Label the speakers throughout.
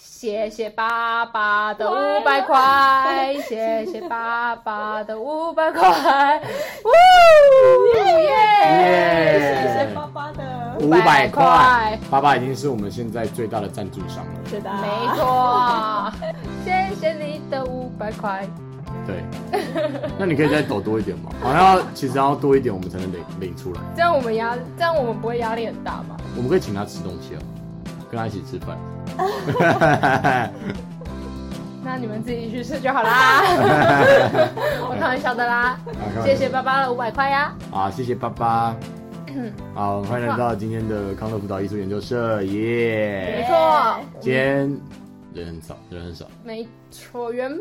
Speaker 1: 谢谢爸爸的五百块，谢谢爸爸的五百块，呜耶！
Speaker 2: 耶
Speaker 3: 谢谢爸爸的
Speaker 2: 五百块，爸爸已经是我们现在最大的赞助商了。
Speaker 3: 是的，
Speaker 1: 没错，谢谢你的五百块。
Speaker 2: 对，那你可以再抖多一点嘛？好像要其实要多一点，我们才能领领出来。
Speaker 1: 这样我们压，这样我们不会压力很大吗？
Speaker 2: 我们可以请他吃东西哦，跟他一起吃 饭。
Speaker 1: 那你们自己去吃就好 啦。我开玩笑的啦，谢 谢爸爸的五百块呀。
Speaker 2: 啊，谢谢爸爸。嗯好，欢迎来到今天的康乐辅导艺术研究社，耶、
Speaker 1: 没错，
Speaker 2: 今天人很少，人很少，
Speaker 1: 没错，原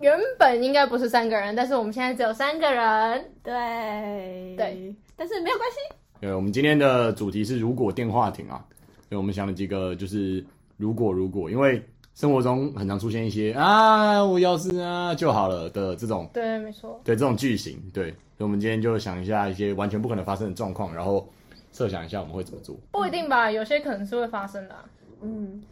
Speaker 1: 原本应该不是三个人，但是我们现在只有三个人。
Speaker 3: 对
Speaker 1: 对，
Speaker 3: 但是没有关系，
Speaker 2: 对，我们今天的主题是如果电话亭啊，所以我们想了几个就是如果如果，因为生活中很常出现一些啊我要是啊就好了的这种
Speaker 1: 对，没错，
Speaker 2: 对这种句型，对，所以我们今天就想一下一些完全不可能发生的状况，然后设想一下我们会怎么做。
Speaker 1: 不一定吧，
Speaker 2: 嗯
Speaker 1: 有些可能是会发生的啊、
Speaker 3: 嗯，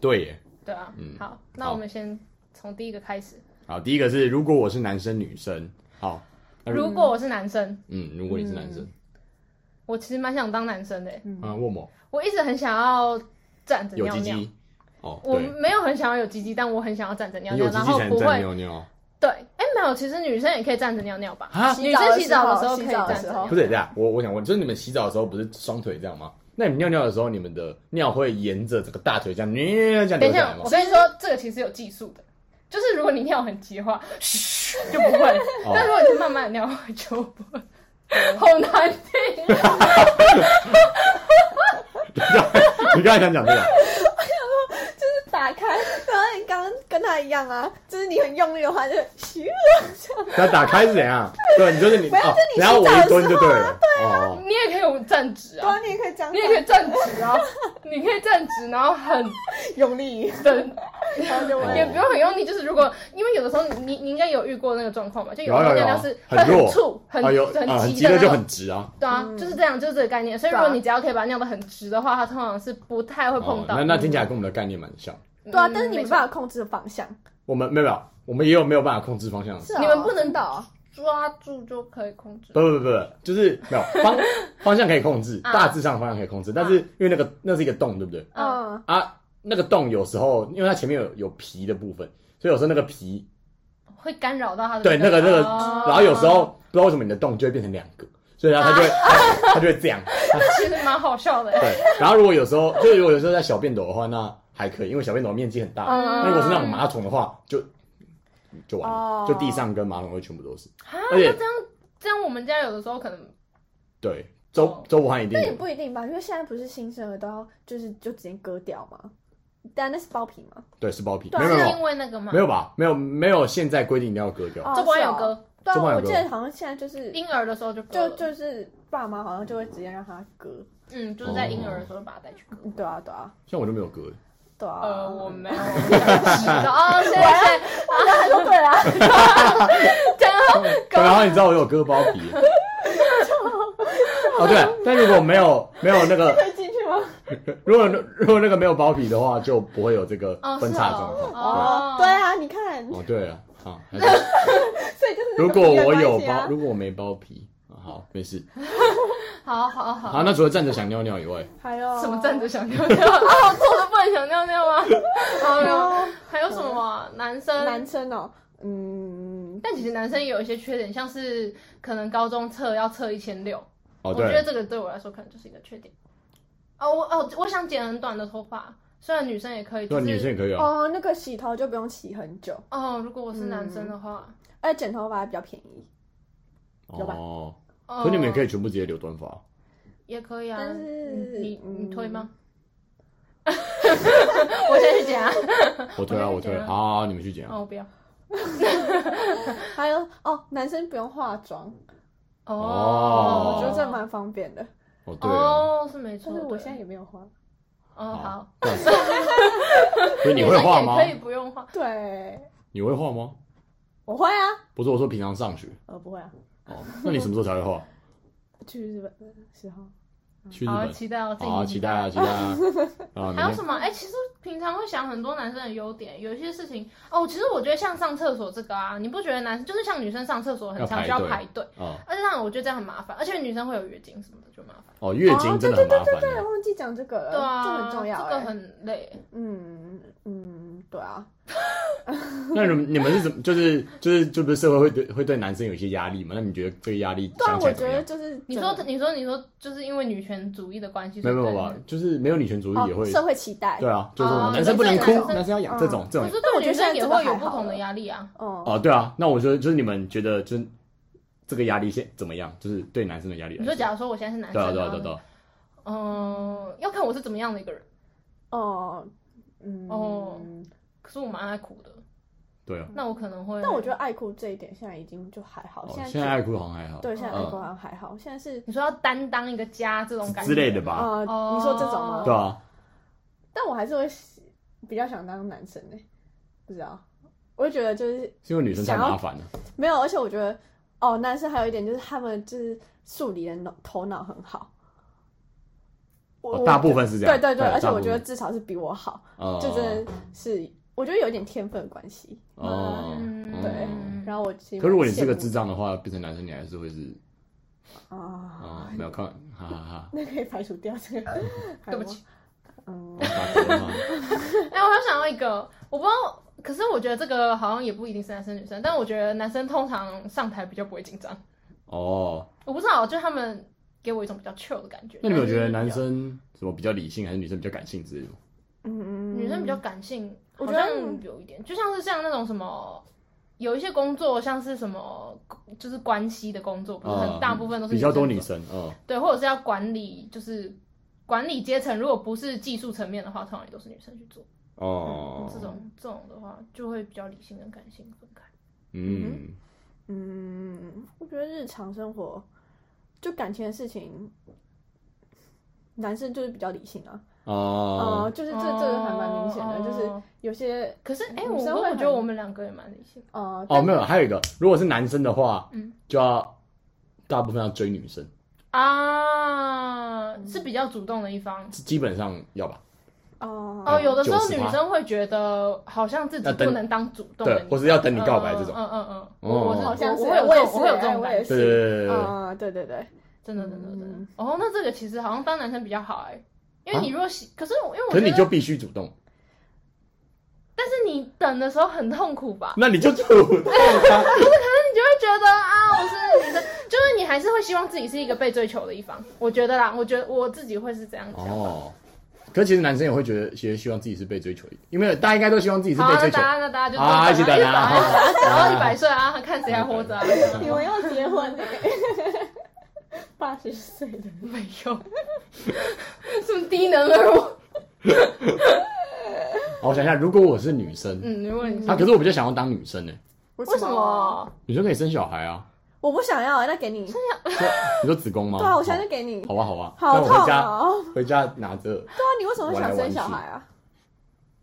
Speaker 2: 对耶，
Speaker 1: 对啊。
Speaker 2: 嗯
Speaker 1: 好，那
Speaker 2: 好嗯
Speaker 1: 我们先从第一个开始。
Speaker 2: 好，第一个是如果我是男生女生，好，那
Speaker 1: 如果我是男生，
Speaker 2: 嗯，如果你是男生，
Speaker 1: 我其实蛮想当男生的耶，欸
Speaker 2: 啊，问我
Speaker 1: 我一直很想要站着
Speaker 2: 有
Speaker 1: 尿
Speaker 2: 鸡
Speaker 1: 嗯尿。
Speaker 2: 鸡，哦，
Speaker 1: 我
Speaker 2: 对，
Speaker 1: 没有很想要有鸡鸡，但我很想要站着尿
Speaker 2: 你
Speaker 1: 尿，
Speaker 2: 有鸡
Speaker 1: 然
Speaker 2: 鸡
Speaker 1: 后
Speaker 2: 才能
Speaker 1: 不
Speaker 2: 站
Speaker 1: 会
Speaker 2: 尿尿
Speaker 1: 对，哎、没有，其实女生也可以站着尿尿吧？
Speaker 2: 啊？
Speaker 1: 女生洗澡的时候可
Speaker 3: 洗
Speaker 1: 以
Speaker 3: 澡的
Speaker 1: 站
Speaker 3: 时
Speaker 1: 着
Speaker 3: 候
Speaker 1: 尿
Speaker 2: 不是，这样，我我想问，就是你们洗澡的时候不是双腿这样吗？那你们尿尿的时候，你们的尿会沿着这个大腿这样，尿这
Speaker 1: 等
Speaker 2: 样流
Speaker 1: 一
Speaker 2: 下
Speaker 1: 下
Speaker 2: 来，
Speaker 1: 我
Speaker 2: 吗？
Speaker 1: 跟你说，这个其实有技术的，就是如果你尿很急的 话，嘘就不会；
Speaker 2: 哦
Speaker 1: 但如果你是慢慢的尿，就不会。好难听，啊
Speaker 2: 你刚才想讲这个，
Speaker 3: 就是打开，然后你刚刚跟他一样啊，就是你很用力的话就咻，
Speaker 2: 那打开是怎样？对，你就是你，
Speaker 3: 没有
Speaker 2: 哦
Speaker 3: 就你
Speaker 2: 然
Speaker 3: 洗
Speaker 2: 后我
Speaker 3: 澡的
Speaker 2: 一蹲就
Speaker 3: 时候
Speaker 2: 对
Speaker 3: 啊
Speaker 2: 了，哦，
Speaker 1: 你也可以有站直
Speaker 3: 对啊
Speaker 1: 啊，，
Speaker 3: 你也可以这样
Speaker 1: 你也可以站直啊，你可以站直，然后很
Speaker 3: 用 力，
Speaker 1: 真，
Speaker 3: 然后就
Speaker 2: 哦
Speaker 3: 会
Speaker 1: 也不用很用力。就是如果因为有的时候你你你应该有遇过那个状况吧，就
Speaker 2: 有
Speaker 1: 的时候
Speaker 2: 有有
Speaker 1: 尿尿是会
Speaker 2: 很弱
Speaker 1: 怵、很
Speaker 2: 啊有啊，
Speaker 1: 很
Speaker 2: 很
Speaker 1: 急
Speaker 2: 急
Speaker 1: 的那
Speaker 2: 的就
Speaker 1: 种
Speaker 2: 很直啊，
Speaker 1: 对啊，就是这样，就是这个概念。所以如
Speaker 3: 对啊
Speaker 1: 果你只要可以把它尿得很直的话，它通常是不太会
Speaker 2: 哦
Speaker 1: 碰，到。
Speaker 2: 那那听起来跟我们的概念蛮像，
Speaker 1: 嗯
Speaker 3: 对啊，但是你没
Speaker 1: 没
Speaker 3: 办
Speaker 1: 办
Speaker 3: 法控制方向，
Speaker 2: 我们没有没有，我们也有没有办法控制方向的事，
Speaker 3: 是啊
Speaker 1: 你们不能
Speaker 3: 到
Speaker 1: 抓住就可以控制
Speaker 2: 不。不不不，就是没有方方向可以控制，
Speaker 1: 啊
Speaker 2: 大致上方向可以控制，但是因为那个那是一个洞，对不对？
Speaker 1: 嗯，
Speaker 3: 嗯，
Speaker 2: 啊，那个洞有时候因为它前面有有皮的部分，所以有时候那个皮
Speaker 1: 会干扰到它的
Speaker 2: 对那个那个，
Speaker 1: 哦
Speaker 2: 然后有时候不知道为什么你的洞就会变成两个，所以它它就会
Speaker 3: 啊
Speaker 2: 它就会这样。
Speaker 1: 其实蛮好笑 的。
Speaker 2: 对，然后如果有时候就是如果有时候在小便斗的话，那还可以，因为小便斗面积很
Speaker 3: 哦
Speaker 2: 大。
Speaker 1: 嗯
Speaker 2: 那如果是那种马桶的话，就就完
Speaker 3: 哦
Speaker 2: 了，就地上跟马桶会全部都是。
Speaker 1: 啊，
Speaker 2: 而且
Speaker 1: 那这样这样，我们家有的时候可能
Speaker 2: 对，周周武汉一
Speaker 3: 哦
Speaker 2: 定
Speaker 3: 那也
Speaker 2: 有。
Speaker 3: 不一定吧，因为现在不是新生儿都要就是就直接割掉吗？但那是包皮吗？
Speaker 2: 对，是包皮，
Speaker 3: 对
Speaker 2: 没
Speaker 3: 啊
Speaker 2: 有没
Speaker 1: 是
Speaker 2: 有
Speaker 1: 因为那个吗？
Speaker 2: 没有吧？没有没有，现在规定一定要割掉。
Speaker 3: 哦
Speaker 1: 这不还有
Speaker 3: 是哦
Speaker 1: 割
Speaker 3: 对啊，
Speaker 2: 中华有
Speaker 3: 我
Speaker 2: 割
Speaker 3: 记得好像现在就是
Speaker 1: 婴儿的时候就割
Speaker 3: 就
Speaker 1: 了
Speaker 3: 就是爸妈好像就会直接让他割，
Speaker 1: 嗯，就是在婴儿的时候把它带去割。
Speaker 3: 嗯对啊对啊
Speaker 2: 像我就没有割，
Speaker 3: 对啊，
Speaker 1: 呃， 我没有 哦，谢谢。
Speaker 3: 啊都对啊，
Speaker 1: 这样
Speaker 2: 对然后你知道我有割包皮。 哦对，但如果没有没有那个，
Speaker 3: 可以进去吗？
Speaker 2: 如果如果那个没有包皮的话，就不会有这个
Speaker 1: 哦
Speaker 2: 分
Speaker 1: 是
Speaker 2: 叉
Speaker 1: 哦
Speaker 2: 状况。
Speaker 1: 哦
Speaker 3: 对啊，你看，
Speaker 2: 哦对了，好，还是
Speaker 3: 所以就是 那个
Speaker 2: 如果我
Speaker 3: 皮的
Speaker 2: 有
Speaker 3: 关系啊
Speaker 2: 包，如果我没包皮，啊好没事。
Speaker 1: 好好好
Speaker 2: 好，。那除了站着想尿尿以外，
Speaker 3: 还有
Speaker 1: 什么站着想尿 尿啊？我坐着不能想尿 尿吗？好有
Speaker 3: 哦
Speaker 1: 还有什么啊男生？
Speaker 3: 男生哦，嗯，
Speaker 1: 但其实男生也有一些缺点，像是可能高中测要测一千六，
Speaker 2: 哦
Speaker 1: 我觉得
Speaker 2: 对，
Speaker 1: 这个对我来说可能就是一个缺点。哦，我哦，我想剪很短的头发，虽然女生也可以，
Speaker 2: 对
Speaker 1: 就是
Speaker 2: 女生也可以啊。
Speaker 3: 哦，那个洗头就不用洗很久，
Speaker 1: 哦，如果我是男
Speaker 3: 嗯
Speaker 1: 生的话，
Speaker 3: 而且剪头发还比较便宜，有吧
Speaker 2: 哦，
Speaker 1: 哦，
Speaker 2: 可你们也可
Speaker 1: 以，
Speaker 2: 以全部直接留短
Speaker 1: 哦
Speaker 2: 发。
Speaker 1: 也可以啊。
Speaker 3: 但是
Speaker 1: 你你推？
Speaker 3: 嗯
Speaker 1: 吗？我先去剪啊！
Speaker 2: 我推啊，
Speaker 1: 我
Speaker 2: 我
Speaker 1: 觉
Speaker 2: 推
Speaker 1: 得
Speaker 2: 啊，好，好你们去剪啊。
Speaker 1: 哦，我不要。
Speaker 3: 还有哦，男生不用化妆，
Speaker 2: 哦
Speaker 3: 我觉得这蛮方便的，
Speaker 2: 哦对啊，
Speaker 1: 哦，是没错。
Speaker 3: 但是我
Speaker 1: 对
Speaker 3: 现在也没有化，
Speaker 1: 哦好，
Speaker 2: 对啊。所以你会画吗
Speaker 1: 女生？也可以不用画。
Speaker 3: 对，
Speaker 2: 你会画吗？
Speaker 3: 我会啊，
Speaker 2: 不是我说平常上学哦
Speaker 3: 呃，不会啊，
Speaker 1: 哦
Speaker 2: 哦，那你什么时候才会画？
Speaker 3: 去日本的时候，
Speaker 2: 去日
Speaker 4: 好
Speaker 2: 本，
Speaker 4: 期待哦，
Speaker 2: 好啊，
Speaker 4: 敬
Speaker 2: 期
Speaker 4: 请
Speaker 2: 待 啊，期待啊！啊，明
Speaker 1: 还有
Speaker 2: 天
Speaker 1: 什么？哎、其实平常会想很多男生的优点，有一些事情哦。其实我觉得像上厕所这个啊，你不觉得男生就是像女生上厕所很常需
Speaker 2: 要
Speaker 1: 要
Speaker 2: 排队
Speaker 1: 排队，
Speaker 2: 哦
Speaker 1: 而且让我觉得这样很麻烦，而且女生会有月经什么的就麻烦。
Speaker 2: 哦，月经真的很麻烦
Speaker 3: 对，
Speaker 2: 的，
Speaker 3: 忘记讲这个了，
Speaker 1: 对啊，
Speaker 3: 这很重要、欸，
Speaker 1: 这个很累。
Speaker 3: 嗯嗯，对啊，
Speaker 2: 那你们你们是怎么？就是就是就不是社会会对会对男生有一些压力嘛？那你觉得这个压力
Speaker 3: 对啊，
Speaker 2: 想起
Speaker 3: 我
Speaker 2: 来怎
Speaker 3: 觉
Speaker 2: 么
Speaker 3: 得
Speaker 2: 样？
Speaker 3: 就是
Speaker 1: 你说
Speaker 3: 整，
Speaker 1: 你说，你说，就是因为女权主义的关系，
Speaker 2: 没
Speaker 1: 所以
Speaker 2: 有没有
Speaker 1: 对
Speaker 2: 吧
Speaker 1: 女，
Speaker 2: 就是没有女权主义也
Speaker 3: 哦，
Speaker 2: 会
Speaker 3: 社会期待，
Speaker 2: 对啊，就是说
Speaker 1: 哦
Speaker 2: 男生不能哭
Speaker 1: 对，对对
Speaker 2: 男生要养
Speaker 3: 嗯
Speaker 2: 这种这
Speaker 1: 可
Speaker 2: 种
Speaker 1: 是对女生也会有
Speaker 3: 但我觉得现在这个
Speaker 1: 不
Speaker 3: 还好
Speaker 1: 同的
Speaker 3: 了
Speaker 1: 压力啊。
Speaker 3: 哦，
Speaker 2: 哦，对啊。那我觉得就是你们觉得就是这个压力现怎么样？就是对男生的压力来
Speaker 1: 你说，
Speaker 2: 说，
Speaker 1: 假如说我现在是男
Speaker 2: 对
Speaker 1: 生，
Speaker 2: 啊对啊
Speaker 1: 然后
Speaker 2: 对啊对啊，
Speaker 1: 嗯，要看我是怎么样的一个人。
Speaker 3: 哦，嗯，
Speaker 1: 哦可是我蛮爱哭的，
Speaker 2: 对啊。
Speaker 1: 那我可能会。
Speaker 3: 但我觉得爱哭这一点现在已经就还好，
Speaker 2: 哦
Speaker 3: 现在
Speaker 2: 现在爱哭好像还好，
Speaker 3: 对现在爱
Speaker 2: 嗯
Speaker 3: 哭好像还好，现在是
Speaker 1: 你说要担当一个家这种感觉
Speaker 2: 之类的吧，
Speaker 3: 呃，
Speaker 1: 哦
Speaker 3: 你说这种吗？
Speaker 2: 啊对啊。
Speaker 3: 但我还是会喜比较想当男生呢、不知道，我就觉得就是
Speaker 2: 是因为女生太麻烦了，
Speaker 3: 没有，而且我觉得哦，男生还有一点就是他们就是数理的脑头脑很好，我、
Speaker 2: 哦大部分是这样。
Speaker 3: 对对对，而且
Speaker 2: 大部
Speaker 3: 我
Speaker 2: 分
Speaker 3: 觉得至少是比我好，
Speaker 2: 哦
Speaker 3: 这真的是我觉得有点天分的关系。
Speaker 2: 哦，
Speaker 1: 嗯
Speaker 3: 对
Speaker 2: 嗯
Speaker 3: 然后我其实
Speaker 2: 可如果你是个
Speaker 3: 蛮羡
Speaker 2: 智障的话，变成男生你还是会是
Speaker 3: 慕啊，
Speaker 2: 啊，没有看，哈哈哈。
Speaker 3: 那可以排除掉这 个，
Speaker 1: 对不起。
Speaker 3: 嗯
Speaker 2: 我，打嗝吗
Speaker 1: 哎、我还想到一个，我不知道，可是我觉得这个好像也不一定是男生女生，但我觉得男生通常上台比较不会紧张。
Speaker 2: 哦，
Speaker 1: 我不知道，就他们给我一种比较 chill 的感觉。
Speaker 2: 那你们有觉得
Speaker 1: 但
Speaker 2: 男
Speaker 1: 是
Speaker 2: 生什么比较理性，还是女生比较感性之类的吗？
Speaker 3: 嗯嗯，
Speaker 1: 女生比较感性，
Speaker 3: 我
Speaker 1: 好
Speaker 3: 觉得
Speaker 1: 像有一点，就像是像那种什么。有一些工作像是什么，就是关系的工作，不是
Speaker 2: 啊
Speaker 1: 很大部分都是
Speaker 2: 比较多
Speaker 1: 女
Speaker 2: 女
Speaker 1: 生
Speaker 2: 生，嗯，
Speaker 1: 对，或者是要管理，就是管理阶层，如果不是技术层面的话，通常也都是女生去做。
Speaker 2: 哦，
Speaker 1: 这种这种的话，就会比较理性跟感性分开。
Speaker 2: 嗯，
Speaker 3: 嗯，我觉得日常生活就感情的事情，男生就是比较理性啊。
Speaker 2: 哦
Speaker 3: 呃，，就是这这个还蛮明显的，
Speaker 1: 哦
Speaker 3: 就是有些
Speaker 1: 可是哎、
Speaker 3: 女
Speaker 1: 我
Speaker 3: 生
Speaker 1: 我
Speaker 3: 会
Speaker 1: 觉得
Speaker 3: 很
Speaker 1: 我们两个也蛮理性的。
Speaker 3: 呃，
Speaker 2: 哦，
Speaker 3: 但
Speaker 2: 没有，还有一个，如果是男生的话，
Speaker 1: 嗯
Speaker 2: 就要大部分要追女生，
Speaker 1: 啊，
Speaker 3: 嗯
Speaker 1: 是比较主动的一方。
Speaker 2: 基本上要吧，
Speaker 3: 哦
Speaker 1: 哦，有的时候
Speaker 2: 90%
Speaker 1: 女生会觉得好像自己
Speaker 2: 那等
Speaker 1: 不能当主动的
Speaker 2: 对
Speaker 1: 一，
Speaker 2: 或
Speaker 1: 方，
Speaker 2: 是要等你告白这种，
Speaker 1: 嗯嗯嗯嗯，
Speaker 2: 哦
Speaker 1: 我是
Speaker 2: 好
Speaker 1: 我
Speaker 3: 像是
Speaker 1: 我会有
Speaker 3: 我也
Speaker 1: 这
Speaker 3: 是
Speaker 1: 种我会有这
Speaker 3: 哎
Speaker 1: 种
Speaker 3: 我
Speaker 1: 感
Speaker 3: 也
Speaker 1: 哦觉，
Speaker 3: 是
Speaker 2: 对对对对对，
Speaker 3: 啊，对对对，
Speaker 1: 真的真的真的
Speaker 3: 嗯。
Speaker 1: 哦，那这个其实好像当男生比较好哎，因为
Speaker 2: 啊
Speaker 1: 你如果喜，可是我因为我觉
Speaker 2: 可是
Speaker 1: 得
Speaker 2: 你就必须主动，
Speaker 1: 但是你等的时候很痛苦吧？
Speaker 2: 那你就 主动啊，
Speaker 1: 你就会觉得啊，我是女生，就是你还是会希望自己是一个被追求的一方。我觉得啦，我觉得我自己会是这样想。
Speaker 2: 哦。可是其实男生也会觉得，其实希望自己是被追求的，因为大家应该都希望自己是
Speaker 1: 好、
Speaker 2: 被
Speaker 1: 啊，那
Speaker 2: 追求
Speaker 1: 大家
Speaker 2: 的。
Speaker 1: 那大家就
Speaker 2: 啊一起等啊
Speaker 1: 啊，等到一百岁啊，看谁还活着啊。
Speaker 3: 你们要结婚 呢？八十岁的，
Speaker 1: 没有，这么低能儿我。
Speaker 2: 好，我想一下，如果我是女生，
Speaker 1: 嗯，如果你是
Speaker 2: 啊，可是我比较想要当女生呢、
Speaker 1: 为什？么？
Speaker 2: 女生可以生小 孩啊，
Speaker 3: 我不想要，那给你。
Speaker 2: 你说子宫吗？
Speaker 3: 对啊，我现在就给你。
Speaker 2: 好吧，好吧，
Speaker 3: 好
Speaker 2: 哦那
Speaker 3: 痛
Speaker 2: 我
Speaker 1: 啊
Speaker 2: 回家、
Speaker 3: 哦！
Speaker 2: 回家拿着，
Speaker 3: 对啊，你为什么会想生小
Speaker 2: 玩来玩
Speaker 3: 孩
Speaker 2: 去
Speaker 3: 啊？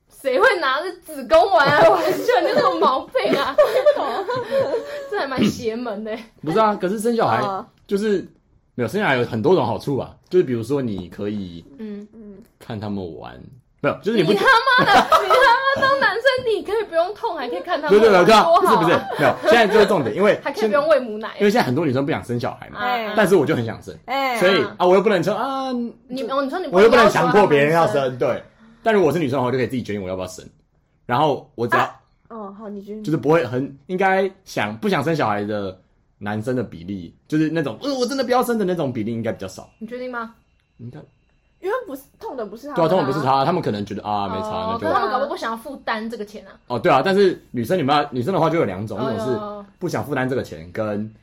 Speaker 1: 谁会拿着子宫啊玩来玩去？你这种毛病 啊！这还蛮邪门的。
Speaker 2: 不是啊，可是生小孩、
Speaker 3: 嗯
Speaker 2: 就是没有生小孩有很多种好处啊，就是比如说你可以
Speaker 1: 嗯，
Speaker 2: 看他们玩，没有，就是你不
Speaker 1: 你他妈 的，你他妈当男生，你可以不用痛，还可以看他
Speaker 2: 对
Speaker 1: 们
Speaker 2: 对
Speaker 1: 玩，
Speaker 2: 对，我知
Speaker 1: 多
Speaker 2: 道
Speaker 1: 好啊。
Speaker 2: 不是不是没有，现在这是重点，因为
Speaker 1: 还可以
Speaker 2: 现
Speaker 1: 不用喂母奶啊
Speaker 2: 因。为现在很多女生不想生小孩嘛，
Speaker 3: 哎
Speaker 1: 嗯
Speaker 2: 但是我就很想生，
Speaker 3: 哎，
Speaker 2: 所以啊，我又不能说啊，
Speaker 1: 你哦，你说你
Speaker 2: 我又不能
Speaker 1: 要求
Speaker 2: 强迫别人要
Speaker 1: 他们
Speaker 2: 生，对。但如果我是女生的话，我就可以自己决定我要不要生。然后我只要、
Speaker 1: 啊
Speaker 3: 哦，好，你觉得
Speaker 2: 就是不会很应该想不想生小孩的男生的比例，就是那种呃我真的不要生的那种比例应该比较少。
Speaker 1: 你确定吗？
Speaker 2: 应该
Speaker 3: 因为不是痛的不是他，
Speaker 2: 对啊，通常不是，他，他们可能觉得啊没差，
Speaker 1: 哦
Speaker 2: 那
Speaker 1: 可是
Speaker 2: 就
Speaker 1: 他们搞不好不想要负担这个钱啊。
Speaker 2: 哦对啊。但是女生你们要女生的话就有两种，一种是
Speaker 1: 哦
Speaker 2: 不想负担这个钱，跟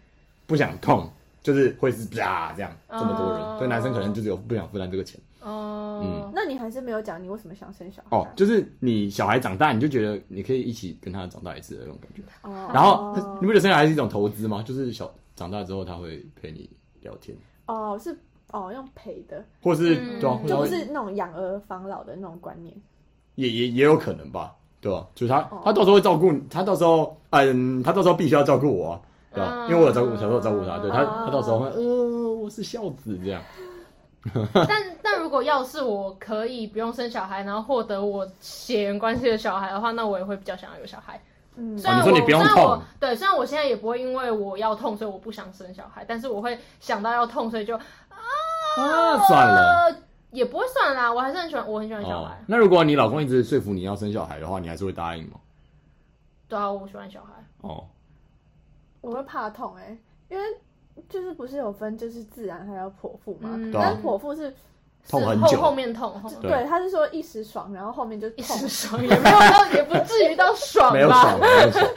Speaker 2: 不想痛，就是会是啪这样这么多人。
Speaker 1: 哦
Speaker 2: 所以男生可能就只有不想负担这个钱。嗯
Speaker 1: 哦，
Speaker 3: 那你还是没有讲你为什么想生小孩啊
Speaker 2: 哦，就是你小孩长大，你就觉得你可以一起跟他长大一次的那种感觉。
Speaker 3: 哦
Speaker 2: 然后你不觉得生小孩是一种投资吗？就是小长大之后他会陪你聊天。
Speaker 3: 哦，是哦，用陪的，
Speaker 2: 或是、
Speaker 1: 嗯
Speaker 2: 对啊，或
Speaker 3: 就不
Speaker 2: 者
Speaker 3: 是那种养儿防老的那种观念。
Speaker 2: 也也也有可能吧，对吧、啊就是他、
Speaker 3: 哦
Speaker 2: 他到时候会照顾你，他到时候嗯，他到时候必须要照顾我、啊，对吧、
Speaker 1: 啊
Speaker 2: 因为我有照顾小时候有照顾他，对他
Speaker 3: 啊
Speaker 2: 他到时候会呃我是孝子这样，
Speaker 1: 哦但但如果要是我可以不用生小孩，然后获得我血缘关系的小孩的话，那我也会比较想要有小孩。
Speaker 3: 嗯
Speaker 1: 虽然
Speaker 2: 哦
Speaker 1: 我、
Speaker 2: 你说你不用
Speaker 1: 虽然
Speaker 2: 痛
Speaker 1: 我对，虽然我现在也不会因为我要痛，所以我不想生小孩，但是我会想到要痛，所以就
Speaker 2: 啊，算了。
Speaker 1: 呃，也不会算啦。我还是很喜欢，我很喜欢小
Speaker 2: 哦
Speaker 1: 孩。，
Speaker 2: 那如果你老公一直说服你要生小孩的话，你还是会答应吗？
Speaker 1: 对啊，我喜欢小孩。
Speaker 2: 哦，
Speaker 3: 我会怕痛哎、因为就是不是有分就是自然还有剖腹嘛？
Speaker 1: 嗯
Speaker 2: 对啊
Speaker 3: 但剖腹是
Speaker 2: 痛
Speaker 1: 是
Speaker 2: 很
Speaker 1: 后
Speaker 2: 久
Speaker 1: 后面痛，后面
Speaker 2: 对
Speaker 3: 对，他是说一时爽，然后后面就
Speaker 1: 一
Speaker 3: 痛。
Speaker 1: 时爽也没有到，也不至于到爽
Speaker 2: 没有
Speaker 1: 哦吧
Speaker 2: 爽，？没有爽，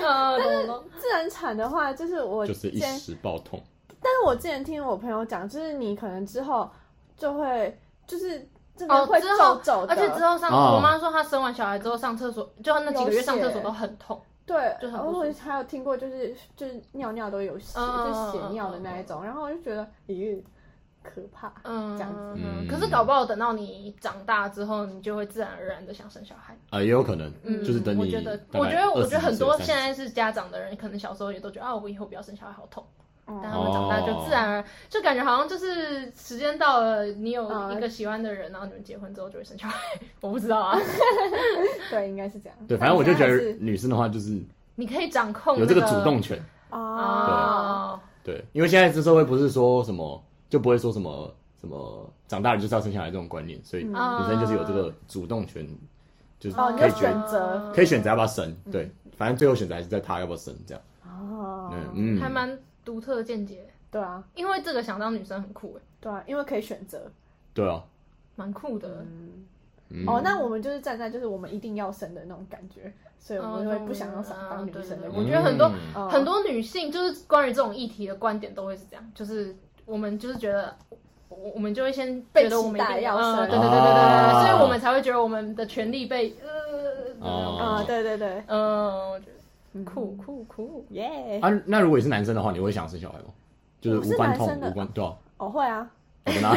Speaker 1: 呃，懂懂。
Speaker 3: 自然产的话，就是我
Speaker 2: 就是一
Speaker 3: 之前
Speaker 2: 时爆痛。
Speaker 3: 但是我之前听我朋友讲，就是你可能之后就会就是这
Speaker 1: 哦
Speaker 3: 边会
Speaker 1: 之后
Speaker 3: 皱皱的，
Speaker 1: 而且之后上，
Speaker 2: 哦
Speaker 1: 我妈说她生完小孩之后上厕所，就她那几个月上厕所都很痛。
Speaker 3: 对，
Speaker 1: 就很
Speaker 3: 然
Speaker 1: 不
Speaker 3: 后
Speaker 1: 舒
Speaker 3: 我
Speaker 1: 服
Speaker 3: 还有听过就是就是尿尿都有血，
Speaker 1: 嗯
Speaker 3: 就是血尿的那一种，然后我就觉得咦，可怕。
Speaker 1: 嗯，
Speaker 3: 这样子
Speaker 2: 嗯
Speaker 1: 可是搞不好等到你长大之后，你就会自然而然的想生小孩。
Speaker 2: 啊，也有可能，
Speaker 1: 嗯，
Speaker 2: 就是等你
Speaker 1: 我觉得，
Speaker 2: 大概
Speaker 1: 我觉得，我觉得
Speaker 2: 20
Speaker 1: 很多
Speaker 2: 岁
Speaker 1: 现在是家长的人，可能小时候也都觉得啊，我以后不要生小孩，好痛。但他
Speaker 3: 嗯，
Speaker 1: 们长大就
Speaker 2: 哦
Speaker 1: 自然而然，就感觉好像就是时间到了，你有
Speaker 3: 嗯
Speaker 1: 一个喜欢的人，然后你们结婚之后就会生小孩。我不知道 啊，
Speaker 3: 对，应该是这样。
Speaker 2: 对，反正我就觉
Speaker 3: 但
Speaker 2: 得
Speaker 3: 是
Speaker 2: 女生的话就是
Speaker 1: 你可以掌控
Speaker 2: 有这
Speaker 1: 那
Speaker 2: 个主动权，
Speaker 3: 哦啊，
Speaker 1: 啊。
Speaker 2: 对，因为现在这社会不是说什么就不会说什么什么长大了就是要生小孩这种观念，所以女
Speaker 1: 嗯
Speaker 2: 生就是有这个主动权，就是
Speaker 3: 哦，你
Speaker 2: 可
Speaker 3: 就
Speaker 2: 以决
Speaker 3: 选择
Speaker 2: 可以选择要不要生，对，反正最后选择还是在她要不要生这样，
Speaker 3: 哦，
Speaker 2: 嗯嗯，
Speaker 1: 还蛮独特的见解。
Speaker 3: 对啊，
Speaker 1: 因为这个想当女生很酷哎，
Speaker 3: 对啊，因为可以选择。
Speaker 2: 对啊，
Speaker 1: 蛮酷的。
Speaker 3: 嗯，
Speaker 2: 嗯
Speaker 3: 哦，那我们就是站在就是我们一定要生的那种感觉，所以我们
Speaker 1: 嗯
Speaker 3: 会
Speaker 1: 懂
Speaker 3: 不想要想当
Speaker 1: 嗯
Speaker 3: 女生的
Speaker 1: 对对
Speaker 3: 感
Speaker 1: 我
Speaker 3: 觉。
Speaker 1: 对觉得很多
Speaker 2: 嗯
Speaker 3: 嗯
Speaker 1: 很多女性就是关于这种议题的观点都会是这样，就是我们就是觉得。我我们就会先觉得我们一定
Speaker 3: 被期待要
Speaker 1: 嗯，
Speaker 3: 生
Speaker 1: 对对对对对对，
Speaker 2: 啊
Speaker 1: 所以我们才会觉得我们的权利被呃，
Speaker 2: 哦
Speaker 3: 啊，对对对，
Speaker 1: 嗯，我觉得
Speaker 3: 嗯
Speaker 1: 酷酷 酷，
Speaker 3: 耶！
Speaker 2: 啊，那如果你是男生的话，你会想生小孩吗？就是
Speaker 3: 我是
Speaker 2: 无关
Speaker 3: 男
Speaker 2: 痛
Speaker 3: 生的
Speaker 2: 无关 对啊，
Speaker 3: 我会啊，
Speaker 2: 我跟他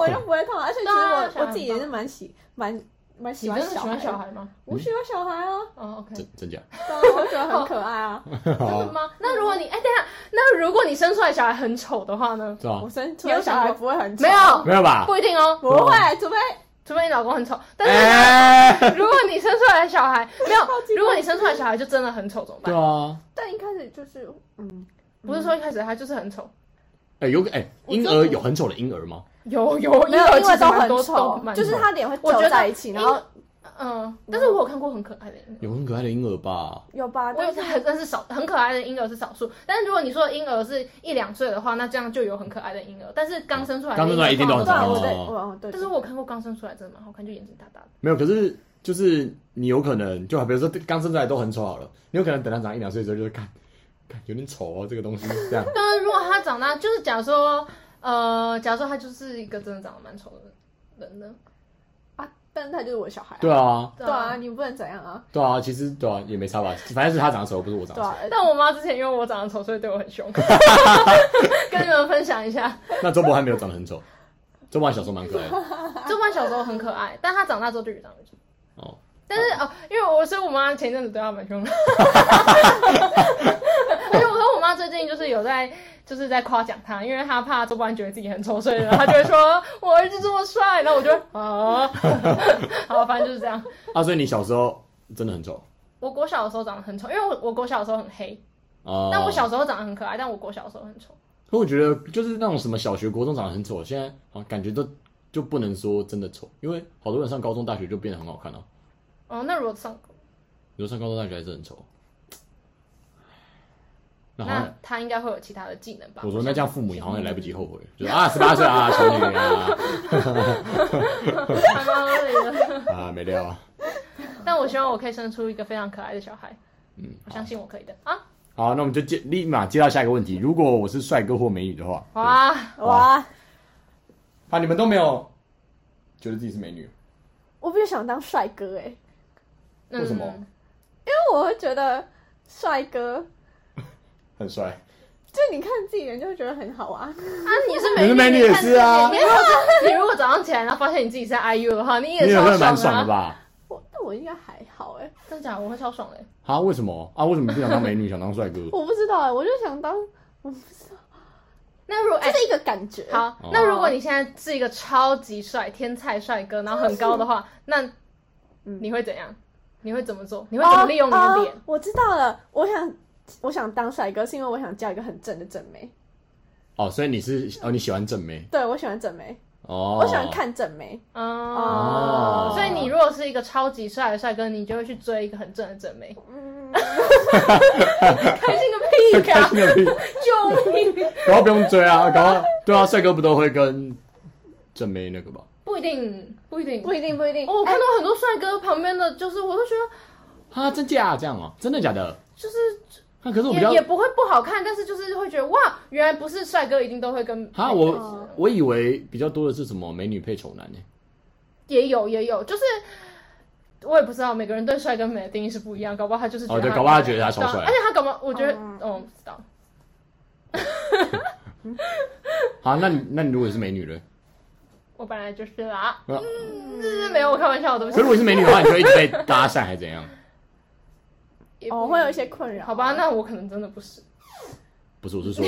Speaker 3: 我就不会痛，而且其实
Speaker 1: 对啊
Speaker 3: 我
Speaker 1: 小孩
Speaker 3: 我自己也是蛮喜蛮蛮喜
Speaker 1: 你真
Speaker 3: 欢
Speaker 1: 的喜
Speaker 3: 小
Speaker 1: 欢小
Speaker 3: 孩，
Speaker 1: 孩吗？
Speaker 3: 我喜欢小孩啊，
Speaker 1: 哦，OK，
Speaker 2: 真真假？ 哦
Speaker 3: 对啊，我觉得很可爱啊。
Speaker 1: 真的吗？那如果你哎，等一下，那如果你生出来小孩很丑的话呢？
Speaker 2: 对啊
Speaker 3: 我，生出来小孩不会很丑
Speaker 1: 没有，
Speaker 2: 没有吧？
Speaker 1: 不一定哦，
Speaker 3: 不会，除非
Speaker 1: 除非你老公很丑，但是呢
Speaker 2: 哎，
Speaker 1: 如果你生出来的小孩没有，如果你生出来小孩就真的很丑怎么
Speaker 2: 对
Speaker 1: 办？
Speaker 2: 啊，
Speaker 3: 但一开始就是嗯，
Speaker 1: 不是说一开始他就是很丑，
Speaker 2: 哎，有个哎，
Speaker 3: 我
Speaker 2: 婴
Speaker 3: 知道
Speaker 2: 儿
Speaker 3: 你
Speaker 2: 有很丑的婴儿吗？
Speaker 1: 有有
Speaker 3: 没
Speaker 1: 婴
Speaker 3: 有
Speaker 1: 儿
Speaker 3: 因
Speaker 1: 其
Speaker 3: 为
Speaker 1: 实
Speaker 3: 都
Speaker 1: 蛮多
Speaker 3: 很
Speaker 1: 都
Speaker 3: 丑
Speaker 1: 蛮，
Speaker 3: 就是他脸会
Speaker 1: 我
Speaker 3: 皱
Speaker 1: 觉得
Speaker 3: 在一起，
Speaker 1: 因
Speaker 3: 然后
Speaker 1: 嗯，但是我有看过很可爱的婴儿。
Speaker 2: 有很可爱的婴儿吧？
Speaker 3: 有吧？
Speaker 1: 我
Speaker 3: 但
Speaker 1: 有
Speaker 3: 是
Speaker 1: 看，但是少很可爱的婴儿是少数。但是如果你说婴儿是一两岁的话，那这样就有很可爱的婴儿。但是刚生出来的
Speaker 2: 刚生出来
Speaker 1: 婴儿
Speaker 2: 一定都很
Speaker 1: 通
Speaker 3: 对
Speaker 1: 常
Speaker 3: 啊，
Speaker 1: 都
Speaker 3: 我
Speaker 2: 丑
Speaker 1: 是
Speaker 2: 哦
Speaker 3: 对，我哦对，
Speaker 1: 但是我有看过刚生出来真的蛮好看，就眼睛大大的。。
Speaker 2: 没有，可是就是你有可能，就比如说刚生出来都很丑好了，你有可能等他长一两岁之后，就是看，看有点丑哦，这个东西这样
Speaker 1: 但是如果他长大，就是假如说，呃，假如说他就是一个真的长得蛮丑的人呢？
Speaker 3: 啊，但是他就是我的小孩啊，
Speaker 2: 对啊，
Speaker 3: 对啊，，你不能怎样啊，
Speaker 2: 对啊，其实对啊也没差吧，反正是他长得丑，不是我长
Speaker 3: 对
Speaker 2: 得
Speaker 3: 啊
Speaker 2: 丑。，
Speaker 1: 但我妈之前因为我长得丑，所以对我很 凶，跟你们分享一下。
Speaker 2: 那周伯还没有长得很丑，周伯翰小时候蛮可爱 的
Speaker 1: 周曼小时候很可爱，但她长大之后就越长越丑。
Speaker 2: 哦。
Speaker 1: 但是哦，因为我所以我妈前阵子对她蛮凶的，而且我说我妈最近就是有在就是在夸奖她，因为她怕周班觉得自己很丑，所以呢她就会说我儿子这么帅，然后我就啊，好，反正就是这样。
Speaker 2: 啊，所以你小时候真的很丑
Speaker 1: 我国小的时候长得很丑，因为我我国小的时候很黑，
Speaker 2: 啊？
Speaker 1: 但我小，时候长得很可爱，但我国小的时候很丑。
Speaker 2: 可我觉得就是那种什么小学、国中长得很丑，现在啊感觉都就不能说真的丑，因为好多人上高中、大学就变得很好看了、啊。
Speaker 1: 哦，那如果上
Speaker 2: 有时候上高中、大学还是很丑。那好像
Speaker 1: 那她应该会有其他的技能吧？
Speaker 2: 我说
Speaker 1: 想
Speaker 2: 那这样父母好像也来不及后悔，就是啊十八岁啊丑女 啊
Speaker 1: 她妈妈累了
Speaker 2: 啊没料啊。
Speaker 1: 但我希望我可以生出一个非常可爱的小孩，
Speaker 2: 嗯，
Speaker 1: 我相信我可以的啊！
Speaker 2: 好，那我们就接立马接到下一个问题。如果我是帅哥或美女的话，
Speaker 1: 哇，嗯
Speaker 3: 哇，
Speaker 2: 啊你们都没有觉得自己是美女，
Speaker 3: 我比较想当帅哥哎，因
Speaker 1: 嗯
Speaker 2: 为什么
Speaker 3: 为我会觉得帅哥。
Speaker 2: 很帅，
Speaker 3: 就你看自己人就会觉得很好啊，
Speaker 1: 啊，你是
Speaker 2: 你
Speaker 1: 美
Speaker 2: 是
Speaker 1: 女，
Speaker 2: 美女也是啊
Speaker 1: 你看自己你如 果早上起来然后发现你自己是 IU 的话，你也
Speaker 2: 你也
Speaker 1: 超
Speaker 2: 会蛮
Speaker 1: 爽
Speaker 2: 爽
Speaker 1: 啊
Speaker 2: 的？吧？
Speaker 3: 我但我应该还好哎、
Speaker 1: 真的假的？我会超爽的欸。
Speaker 2: 啊为
Speaker 3: 欸
Speaker 2: 什么啊为什么你不想当美女，想当帅哥？
Speaker 3: 我不知道哎、我就想当，我不知道，
Speaker 1: 那如果哎
Speaker 3: 这是一个感觉。
Speaker 1: 好
Speaker 2: 哦，
Speaker 1: 那如果你现在是一个超级帅天才帅哥，然后很高的话，那
Speaker 3: 嗯
Speaker 1: 你会怎样？你会怎么做？你
Speaker 3: 哦，
Speaker 1: 会怎么利用你的脸
Speaker 3: 哦？我知道了，我想我想当帅哥，是因为我想嫁一个很正的正妹。
Speaker 2: 哦，所以你是哦，你喜欢正妹
Speaker 3: 对，我喜欢正妹，
Speaker 2: 哦，
Speaker 3: 我喜欢看正妹。
Speaker 1: 哦，
Speaker 2: 哦
Speaker 3: 哦，
Speaker 1: 所以你如果是一个超级帅的帅哥，你就会去追一个很正的正
Speaker 2: 哦
Speaker 1: 妹。
Speaker 3: 嗯，
Speaker 1: 开心个屁
Speaker 2: 开
Speaker 1: 呀！
Speaker 2: 心个屁，
Speaker 1: 救命！
Speaker 2: 然后不用追啊，搞到对啊，帅哥不都会跟正妹那个吧？
Speaker 1: 不一定，不一定，
Speaker 3: 不一定，不一定。
Speaker 1: 哦我
Speaker 3: 哎
Speaker 1: 看到很多帅哥旁边的，就是我都觉得
Speaker 2: 啊，真假这样哦，真的假的？
Speaker 1: 就是
Speaker 2: 那、可是我比较
Speaker 1: 也也不会不好看，但是就是会觉得哇，原来不是帅哥一定都会跟
Speaker 2: 啊，
Speaker 1: 哦
Speaker 2: 我我以为比较多的是什么美女配丑男呢、
Speaker 1: 也有也有，就是我也不知道每个人对帅跟美的定义是不一样，搞不好他就是觉得
Speaker 2: 哦对
Speaker 1: 他
Speaker 2: 搞不好他觉得他超帅
Speaker 1: 对啊而且他搞不好我觉得
Speaker 3: 嗯
Speaker 1: 嗯我不知道，
Speaker 2: 好，那你那你如果是美女呢？
Speaker 1: 我本来就是啦，
Speaker 2: 啊
Speaker 1: 就是
Speaker 3: 嗯
Speaker 1: 没有我开玩笑的，对
Speaker 2: 可是如
Speaker 1: 不
Speaker 2: 果
Speaker 1: 起。
Speaker 2: 是美女的话，你就一直被搭讪还是怎样？
Speaker 1: 也不
Speaker 3: 哦，会有一些困扰。
Speaker 1: 好吧，那我可能真的不是。
Speaker 2: 不是，我是说，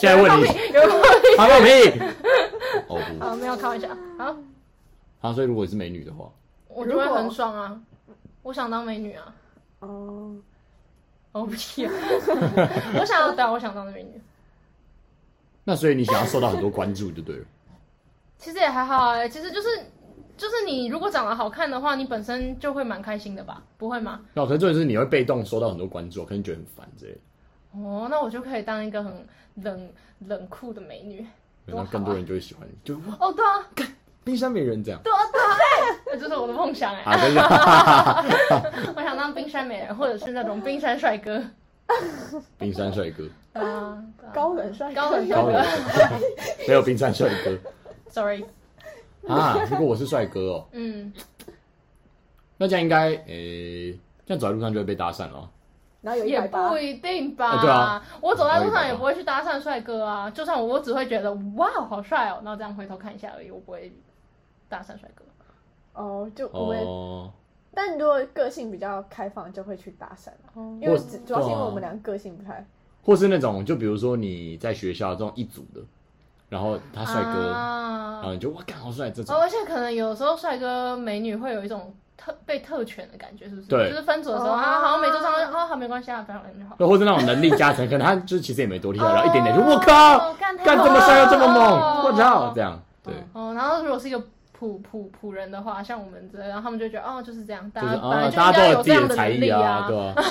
Speaker 2: 现在问你，
Speaker 1: 有人会
Speaker 2: 他放屁。哦不，
Speaker 1: 啊， 没有开玩笑
Speaker 3: 嗯
Speaker 1: 啊，
Speaker 2: 啊，所以如果是美女的话，
Speaker 1: 我就会很爽啊，我想当美女啊，
Speaker 3: 哦，
Speaker 1: 哦屁啊， 我想要对啊，我想当美女。
Speaker 2: 那所以你想要受到很多关注就对了。
Speaker 1: 其实也还好哎、其实就是就是你如果长得好看的话，你本身就会蛮开心的吧？不会吗？
Speaker 2: 那可是重点是你会被动收到很多关注，可能觉得很烦之类的，
Speaker 1: 哦，那我就可以当一个很冷冷酷的美女。多
Speaker 2: 那
Speaker 1: 好啊
Speaker 2: 更多人就会喜欢你，就哇，
Speaker 1: 哦，对啊，
Speaker 2: 冰山美人这样
Speaker 1: 对啊，对啊，那就是我的梦想哎、
Speaker 2: 啊，真的，
Speaker 1: 我想当冰山美人，或者是那种冰山帅哥。
Speaker 2: 冰山帅哥，
Speaker 1: 对啊，对啊
Speaker 3: 高冷帅哥，
Speaker 1: 高冷
Speaker 2: 高
Speaker 1: 高
Speaker 2: 冷
Speaker 1: 冷
Speaker 2: 帅哥，没有冰山帅哥
Speaker 1: ，sorry，
Speaker 2: 啊。如果我是帅哥哦，
Speaker 1: 嗯，
Speaker 2: 那这样应该诶、这样走在路上就会被搭讪了。
Speaker 3: 然后有一
Speaker 1: 也
Speaker 3: 百八
Speaker 1: 不，一定吧。
Speaker 2: 啊对啊
Speaker 1: 我走在路上也不会去搭讪帅哥啊，就算我，我只会觉得哇，好帅哦，然后这样回头看一下而已，我不会搭讪帅哥。
Speaker 3: 哦，就我也。
Speaker 2: 哦，
Speaker 3: 但如果个性比较开放，就会去搭讪啊
Speaker 1: 哦
Speaker 3: 因为
Speaker 2: 或
Speaker 3: 只主要是因为
Speaker 2: 对啊
Speaker 3: 我们俩个性不太。
Speaker 2: 或是那种，就比如说你在学校这种一组的，然后他帅哥，
Speaker 1: 啊
Speaker 2: 然后你就哇，干好帅这种。
Speaker 1: 哦，而且可能有时候帅哥美女会有一种特被特权的感觉，是不是？
Speaker 2: 对
Speaker 1: 就是分组的时候
Speaker 3: 哦
Speaker 1: 啊，好像没坐上，啊，好没关系啊，不要人就好。
Speaker 2: 那或是那种能力加成，可能他就是其实也没多厉害，然后哎一点点就
Speaker 1: 哦
Speaker 2: 我靠，
Speaker 1: 干他
Speaker 2: 干这么帅又这么猛，
Speaker 1: 哦
Speaker 2: 我操，这样对，
Speaker 1: 哦，然后如果是一个普普普人的话，像我们这，然后他们就觉得哦，就是这样，大
Speaker 2: 就
Speaker 1: 家
Speaker 2: 是
Speaker 1: 本
Speaker 2: 啊，
Speaker 1: 来就
Speaker 2: 大
Speaker 1: 应
Speaker 2: 家都
Speaker 1: 该
Speaker 2: 有
Speaker 1: 有
Speaker 2: 自
Speaker 1: 这
Speaker 2: 己
Speaker 1: 样
Speaker 2: 的
Speaker 1: 的
Speaker 2: 才
Speaker 1: 能
Speaker 2: 艺
Speaker 1: 力
Speaker 2: 啊，对吧？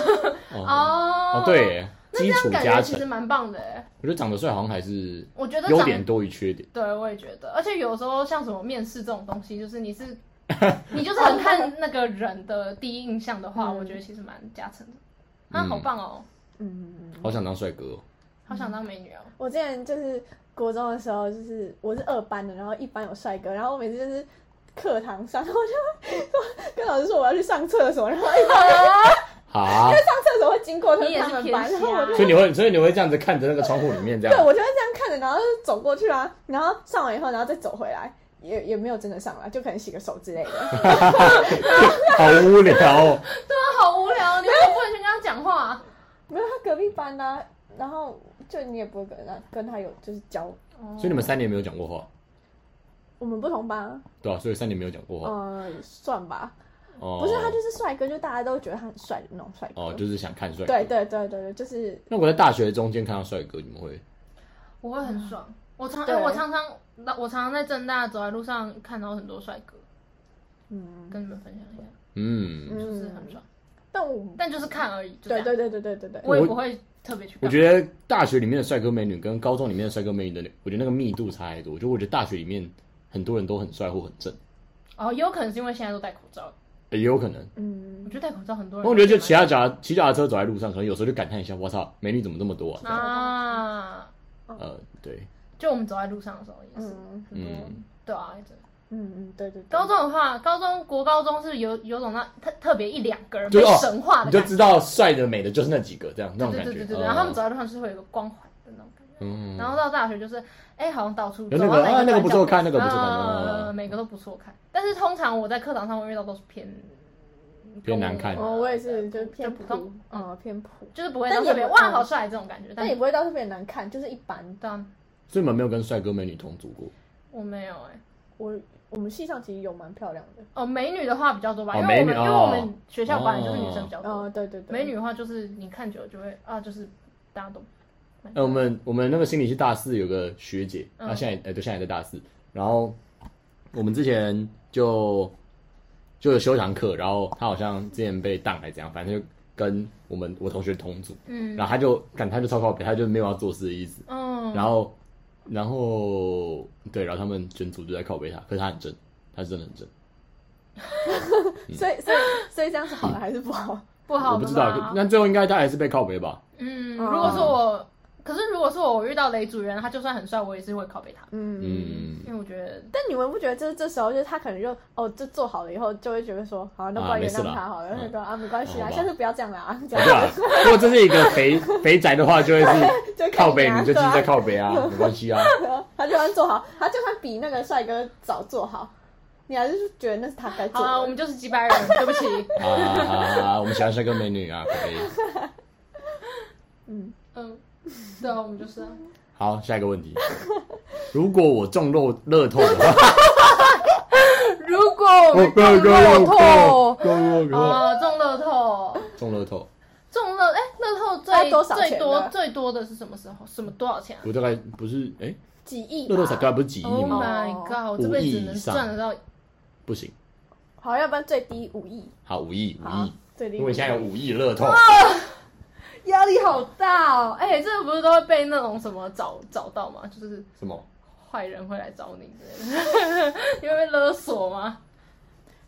Speaker 2: 哦
Speaker 1: 哦
Speaker 2: 哦，对，耶，
Speaker 1: 那这
Speaker 2: 基础
Speaker 1: 样感
Speaker 2: 加
Speaker 1: 觉其
Speaker 2: 成
Speaker 1: 实，蛮棒的哎，
Speaker 2: 我觉得长得帅好像还是
Speaker 1: 我觉得
Speaker 2: 优
Speaker 1: 长
Speaker 2: 点多于缺点。
Speaker 1: 对，我也觉得，而且有时候像什么面试这种东西，就是你是 你就是很看那个人的第一印象的话，
Speaker 3: 嗯
Speaker 1: 我觉得其实蛮加成的。啊，
Speaker 2: 嗯
Speaker 1: 好棒哦，
Speaker 3: 嗯，
Speaker 2: 好想当帅哥哦，
Speaker 1: 好想当美女
Speaker 2: 嗯
Speaker 1: 哦。
Speaker 3: 我之前就是国中的时候，就是我是二班的，然后一班有帅哥，然后我每次就是课堂上，然后我就 会跟老师说我要去上厕所，然后一班
Speaker 2: 好，啊
Speaker 3: 上厕所会经过他
Speaker 1: 你也是
Speaker 3: 们
Speaker 1: 偏
Speaker 3: 班，
Speaker 1: 心
Speaker 3: 然
Speaker 1: 啊
Speaker 3: 后我就
Speaker 2: 所以你会，所以你会这样子看着那个窗户里面这
Speaker 3: 对
Speaker 2: 样，
Speaker 3: 我就会这样看着，然后就走过去啊，然后上完以后，然后再走回来。也也没有真的上来，就可能洗个手之类 的。
Speaker 2: 好无聊哦。
Speaker 1: 对啊，好无聊，你为什么不能去跟他讲话啊？
Speaker 3: 没有他隔壁班呐、然后就你也不会跟他跟他有就是交，
Speaker 2: 所以你们三年没有讲过话，
Speaker 3: 我们不同班、啊，
Speaker 2: 对吧？所以三年没有讲
Speaker 1: 哦
Speaker 2: 过话，
Speaker 3: 嗯、算吧。
Speaker 2: 哦，
Speaker 3: 不是他就是帅哥，就大家都觉得他很帅的那种帅哥。
Speaker 2: 哦，就是想看帅哥。
Speaker 3: 对对对对对，就是
Speaker 2: 那我在大学中间看到帅哥，你们会
Speaker 1: 哦我会很爽。我常哎
Speaker 3: 对
Speaker 1: 我常常我常常在正大走在路上看到很多帅哥，
Speaker 3: 嗯，
Speaker 1: 跟你们分享一下，
Speaker 2: 嗯，
Speaker 1: 就是很爽，
Speaker 3: 但我
Speaker 1: 但就是看而已。就这
Speaker 3: 对
Speaker 1: 样
Speaker 3: 对对对对对对，
Speaker 1: 我也不会特别去
Speaker 2: 我
Speaker 1: 干嘛。
Speaker 2: 觉得大学里面的帅哥美女跟高中里面的帅哥美女的那，我觉得那个密度差太多。就我觉得大学里面很多人都很帅或很正，
Speaker 1: 哦，也有可能是因为现在都戴口罩，
Speaker 2: 也有可能。
Speaker 3: 嗯，
Speaker 1: 我觉得戴口罩很多人。
Speaker 2: 我觉得就骑他脚骑脚踏车走在路上，可能有时候就感叹一下：“我操，美女怎么这么多啊
Speaker 1: 啊，？”
Speaker 2: 呃，对，
Speaker 1: 就我们走在路上的时候也是，
Speaker 3: 嗯
Speaker 1: 很多
Speaker 2: 嗯
Speaker 1: 对啊，真的
Speaker 3: 嗯嗯，对对对，
Speaker 1: 高中的话，高中国高中是有有种那特特别一两个人
Speaker 2: 就
Speaker 1: 被
Speaker 2: 是哦
Speaker 1: 神化的
Speaker 2: 你就
Speaker 1: 感觉，
Speaker 2: 知道帅的美的就是那几个，这样
Speaker 1: 对
Speaker 2: 那种
Speaker 1: 对
Speaker 2: 感
Speaker 1: 对
Speaker 2: 觉
Speaker 1: 对。对，
Speaker 2: 嗯
Speaker 1: 然后他们走在路上是会有一个光环的那种感觉。
Speaker 2: 嗯，
Speaker 1: 然后到大学就是，哎，好像到处
Speaker 2: 有
Speaker 1: 走
Speaker 2: 那
Speaker 1: 到
Speaker 2: 个
Speaker 1: 哪
Speaker 2: 啊那个
Speaker 1: 转
Speaker 2: 不
Speaker 1: 角
Speaker 2: 错看那个不错看
Speaker 1: 呃
Speaker 2: 嗯
Speaker 1: 每个都不错看。但是通常我在课堂上会遇到都是偏
Speaker 2: 偏难看
Speaker 3: 哦，我也是，就是偏
Speaker 1: 就普通，
Speaker 3: 嗯，偏普，
Speaker 1: 就是不会
Speaker 3: 但
Speaker 1: 到
Speaker 3: 也
Speaker 1: 特别
Speaker 3: 不
Speaker 1: 哇
Speaker 3: 嗯
Speaker 1: 好帅这种感觉，
Speaker 3: 但也不会到特别难看，就是一般。
Speaker 1: 对啊，
Speaker 2: 所以你们没有跟帅哥美女同组过。
Speaker 1: 我没有哎、
Speaker 3: 我我们系上其实有蛮漂亮的，
Speaker 1: 哦，美女的话比较多吧，
Speaker 2: 哦
Speaker 1: 因为我
Speaker 2: 美
Speaker 1: 们、
Speaker 2: 女
Speaker 1: 因为我
Speaker 2: 哦
Speaker 1: 们学校本来就是女生比较多，
Speaker 3: 嗯，对对对，
Speaker 1: 哦美女的话就是你看久了就会啊，就是大家都。
Speaker 2: 哎、我们我们那个心理系大四有个学姐，
Speaker 1: 嗯
Speaker 2: 她、现在也呃对，现在也在大四。然后我们之前就就有修一堂课，然后她好像之前被当还是怎样，反正就跟我们我同学同组，
Speaker 1: 嗯
Speaker 2: 然后她就感她就超靠北，她就没有要做事的意思。
Speaker 1: 嗯，
Speaker 2: 然后然后对，然后他们全组就在靠北她，可是她很正，她是真的很正。
Speaker 3: 所以所以所以这样是好的还是不好？
Speaker 1: 不好
Speaker 2: 我
Speaker 1: 的
Speaker 2: 不知道，
Speaker 1: 吧
Speaker 2: 可但最后应该她还是被靠北吧？
Speaker 1: 嗯，
Speaker 3: 嗯
Speaker 1: 如果是我，可是如果是我，我遇到雷主人，他就算很帅，我也是会拷贝他，
Speaker 3: 嗯，
Speaker 2: 嗯，
Speaker 1: 因为我觉得
Speaker 3: 但你们不觉得这这时候就是他可能就哦，就做好了以后就会觉得说，好，那不
Speaker 2: 啊
Speaker 3: 然
Speaker 2: 没
Speaker 3: 原
Speaker 2: 事
Speaker 3: 谅
Speaker 2: 啦
Speaker 3: 他好了，
Speaker 2: 嗯
Speaker 3: 那个啊没关系
Speaker 2: 好
Speaker 3: 啊，
Speaker 2: 吧
Speaker 3: 下次不要这样了啊，这
Speaker 2: 对啊
Speaker 3: 样，
Speaker 2: 如果真是一个肥肥宅的话，就会是
Speaker 3: 就
Speaker 2: 靠北，
Speaker 3: 看
Speaker 2: 你
Speaker 3: 啊
Speaker 2: 就继续
Speaker 3: 对
Speaker 2: 在
Speaker 3: 啊
Speaker 2: 靠 北啊，没关系啊。
Speaker 3: 他就算做好，他就算比那个帅哥早做好，你还是觉得那是他该
Speaker 1: 好了，我
Speaker 3: 做的。
Speaker 1: 们就是几百人，对不起，
Speaker 2: 啊啊啊！我们喜欢帅哥美女啊，可以。
Speaker 1: 嗯，对啊，我们就是啊，
Speaker 2: 好，下一个问题。如果我中乐乐透的 话，
Speaker 1: 如果我们中乐透，
Speaker 2: 中乐透，
Speaker 1: 啊，中乐透，
Speaker 2: 中乐透，
Speaker 1: 中乐，哎，乐透
Speaker 3: 那
Speaker 1: 最
Speaker 3: 多少钱呢
Speaker 1: 最多啊最多的是什么时候？什么多少钱啊
Speaker 2: 我大概不是哎，
Speaker 3: 几亿吧
Speaker 2: 乐透彩票不是几亿
Speaker 1: ？Oh
Speaker 2: 吗？
Speaker 1: my god！我这辈子能赚得到，
Speaker 2: 不行，
Speaker 3: 好，要不然最低五亿，
Speaker 2: 好哦五亿，五
Speaker 3: 好
Speaker 2: 亿，，
Speaker 3: 最低
Speaker 2: 因
Speaker 3: 五
Speaker 2: 为
Speaker 3: 亿。
Speaker 2: 现在有五亿乐透，
Speaker 1: 压力好大哦！哎，这个不是都会被那种什么找找到吗？就是
Speaker 2: 什么？
Speaker 1: 坏人会来找你之类的， 你会被勒索吗？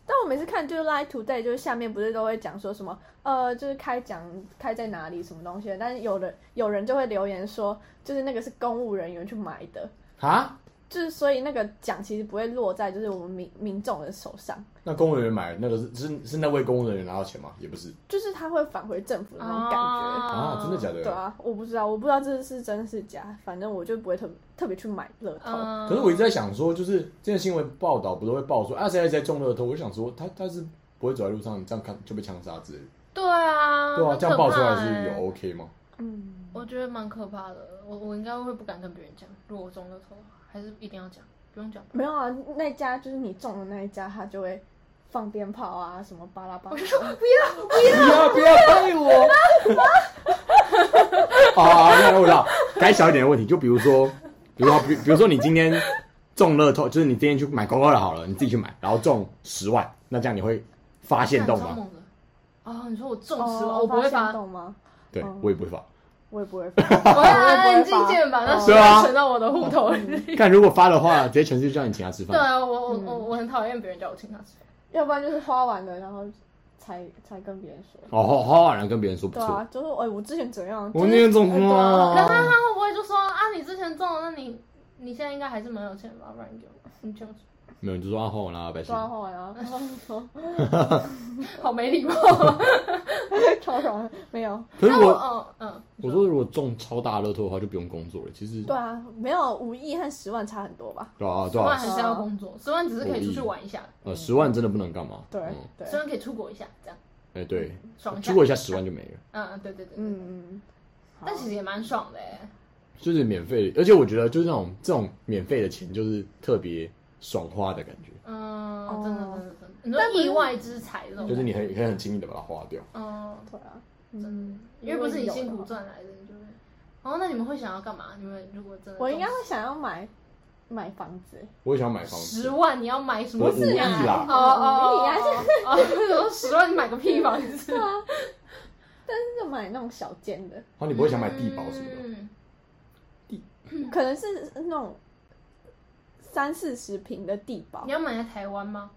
Speaker 3: 但我每次看就是 Line Today，就是下面不是都会讲说什么呃，就是开奖开在哪里什么东西的，但是有人有人就会留言说，就是那个是公务人员去买的，
Speaker 2: 啊？
Speaker 3: 就是所以那个奖其实不会落在就是我们民民众的手上，
Speaker 2: 那公务人员买那个是是是那位公务人员拿到钱吗？也不是
Speaker 3: 就是他会返回政府的那种感觉。
Speaker 2: 啊，真的假
Speaker 3: 对
Speaker 2: 的？
Speaker 3: 啊，我不知道，我不知道这是真是假，反正我就不会特特别去买乐透。
Speaker 1: 嗯，
Speaker 2: 可是我一直在想说，就是这些新闻报道不都会报说啊谁谁谁中乐透？我就想说他他是不会走在路上，这样看就被枪杀之类的。
Speaker 1: 对啊，
Speaker 2: 对啊，
Speaker 1: 很
Speaker 2: 这样爆
Speaker 1: 可
Speaker 2: 出
Speaker 1: 怕
Speaker 2: 来是
Speaker 1: 欸
Speaker 2: 有 OK 吗？
Speaker 3: 嗯，
Speaker 1: 我觉得蛮可怕的，我我应该会不敢跟别人讲，如果我中了头，还是一定要讲，不用讲。
Speaker 3: 没有啊，那家就是你中的那一家，他就会放鞭炮啊，什么巴拉巴拉。
Speaker 2: 不要不要拍我！ 好好，好那我知道，该小一点的问题，就比如说，比如说，比比如说你今天中乐透，就是你今天去买刮刮乐好了，你自己去买，然后中十万，那这样你会发现动
Speaker 1: 干超
Speaker 2: 吗？
Speaker 1: 猛的哦，你说我中十万，
Speaker 3: 哦，
Speaker 1: 我不会
Speaker 3: 发
Speaker 1: 发，
Speaker 3: 动吗？
Speaker 2: 对我也不会发。
Speaker 3: 我也不会发。
Speaker 1: 我会安安静静把那十
Speaker 2: 对啊
Speaker 1: 万存到我的户头里。
Speaker 2: 但如果发的话，直接全市叫你请他吃
Speaker 1: 对
Speaker 2: 饭。
Speaker 1: 啊，我我
Speaker 3: 嗯
Speaker 1: 我我很讨厌别人叫我请他吃饭。
Speaker 3: 要不然就是花完了，然后才才跟别人说。
Speaker 2: 哦，花花完了跟别人说不
Speaker 3: 对
Speaker 2: 错
Speaker 3: 啊，，就是哎、我之前怎样？哎
Speaker 2: 我那天中风
Speaker 1: 可是
Speaker 2: 啊。
Speaker 1: 他他会不会就说啊，你之前中了，那你你现在应该还是蛮有钱吧？不然你给我，你就
Speaker 2: 没有，你就说啊，花完了啊，白痴
Speaker 3: 对。啊，花完了， 然后
Speaker 1: 好没礼貌。
Speaker 3: 超爽的， 没有。
Speaker 2: 可是
Speaker 1: 那我
Speaker 2: 我
Speaker 1: 嗯嗯，
Speaker 2: 我说，如果中超大乐透的话，就不用工作了。其实
Speaker 3: 对啊，没有五亿和十万差很多吧？
Speaker 2: 对啊，
Speaker 1: 十
Speaker 2: 对
Speaker 1: 万
Speaker 2: 啊，
Speaker 1: 还是要工作，十万只是可以出去玩一下，
Speaker 2: 呃，十万真的不能干嘛？
Speaker 3: 对、
Speaker 2: 嗯
Speaker 3: 对，
Speaker 1: 十万可以出国一下，这样
Speaker 2: 哎、对，
Speaker 1: 爽一下
Speaker 2: 出。过一下十万就没了，
Speaker 1: 嗯嗯，对对对，对
Speaker 3: 嗯嗯，好
Speaker 1: 但其实也蛮爽的哎。
Speaker 2: 就是免费的，而且我觉得就是那种这种免费的钱，就是特别爽花的感觉，
Speaker 1: 嗯，真的真的真的，你
Speaker 3: 哦但不
Speaker 1: 说
Speaker 3: 是
Speaker 1: 意外之财这种，
Speaker 2: 就是你很可以很轻易的把它花掉。
Speaker 1: 嗯，
Speaker 3: 对啊，
Speaker 1: 真的
Speaker 3: 嗯，，
Speaker 1: 因为不是你辛苦赚来的，你就会。哦，那你们会想要干嘛？你们如果真的中，
Speaker 3: 我应该会想要买买房子，
Speaker 2: 我也想买房
Speaker 1: 十
Speaker 2: 子，
Speaker 1: 万，你要买什么？
Speaker 2: 我五亿啦
Speaker 1: 哦哦，
Speaker 3: 五亿啊
Speaker 1: 哦哦，哦哦十万你买个屁房子
Speaker 3: 对？啊， 但是就买那种小间的，
Speaker 2: 然后你不会想买地保什么的，
Speaker 1: 嗯
Speaker 3: 可能是那种三四十平的地堡
Speaker 1: 你。要买在台湾吗？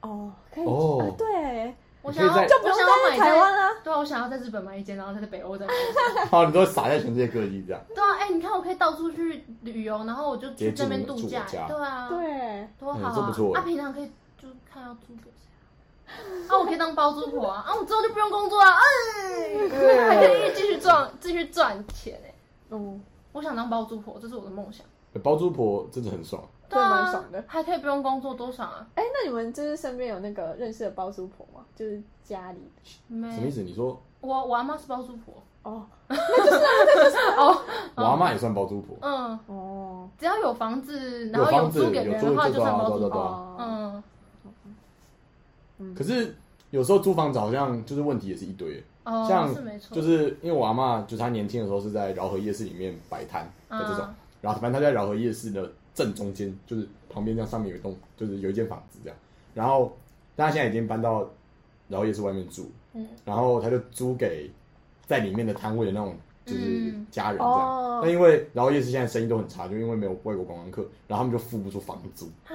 Speaker 3: 哦，可以
Speaker 2: 哦
Speaker 3: 啊对，
Speaker 1: 我
Speaker 2: 你
Speaker 1: 想
Speaker 2: 可
Speaker 1: 要，
Speaker 2: 以在
Speaker 3: 就不
Speaker 1: 我
Speaker 3: 用
Speaker 1: 想要
Speaker 3: 在
Speaker 1: 买
Speaker 3: 台湾啦、
Speaker 1: 对啊，我想要在日本买一间，然后再在北欧再买一间。
Speaker 2: 好，你都撒在全世界各地这样，
Speaker 1: 对啊，哎，你看我可以到处去旅游，然后我就去这边度假。
Speaker 2: 直接住我家
Speaker 1: 对啊，
Speaker 3: 对，
Speaker 1: 多好、啊
Speaker 2: 嗯这不错
Speaker 1: 啊，平常可以就看要租给谁啊？啊，我可以当包租婆啊！啊，我之后就不用工作了，哎，还 可以继续赚，继续赚钱哎、
Speaker 3: 嗯，
Speaker 1: 我想当包租婆，这是我的梦想。
Speaker 2: 呃包租婆真的很爽，
Speaker 3: 对
Speaker 1: 啊
Speaker 3: 蛮爽的
Speaker 1: 还可以不用工作，多爽啊！
Speaker 3: 哎，那你们就是身边有那个认识的包租婆吗？就是家里的
Speaker 1: 没
Speaker 2: 什么意思？你说
Speaker 1: 我我阿妈是包租婆，
Speaker 3: 哦
Speaker 2: 我阿妈也算包租婆，
Speaker 1: 哦嗯，
Speaker 3: 哦
Speaker 1: 只要有房子，然
Speaker 2: 有
Speaker 1: 后
Speaker 2: 房子
Speaker 1: 租给别人的话，
Speaker 2: 有
Speaker 1: 就
Speaker 2: 租
Speaker 1: 算包
Speaker 2: 对
Speaker 1: 租
Speaker 2: 啊对
Speaker 1: 婆。
Speaker 2: 啊
Speaker 3: 哦，
Speaker 1: 嗯，
Speaker 2: 可是有时候租房子好像就是问题也是一堆，
Speaker 1: 哦，
Speaker 2: 像
Speaker 1: 是没错，
Speaker 2: 就是因为我阿妈就是她年轻的时候是在饶河夜市里面摆摊的这种
Speaker 1: 嗯，
Speaker 2: 然后反正她在饶河夜市的正中间，就是旁边这样上面有一栋，就是有一间房子这样，然后但她现在已经搬到饶河夜市外面住，
Speaker 1: 嗯
Speaker 2: 然后她就租给在里面的摊位的那种就是
Speaker 1: 嗯
Speaker 2: 家人这
Speaker 3: 哦
Speaker 2: 样，那、因为饶河夜市现在生意都很差，就因为没有外国观光客，然后他们就付不出房租，
Speaker 1: 啊，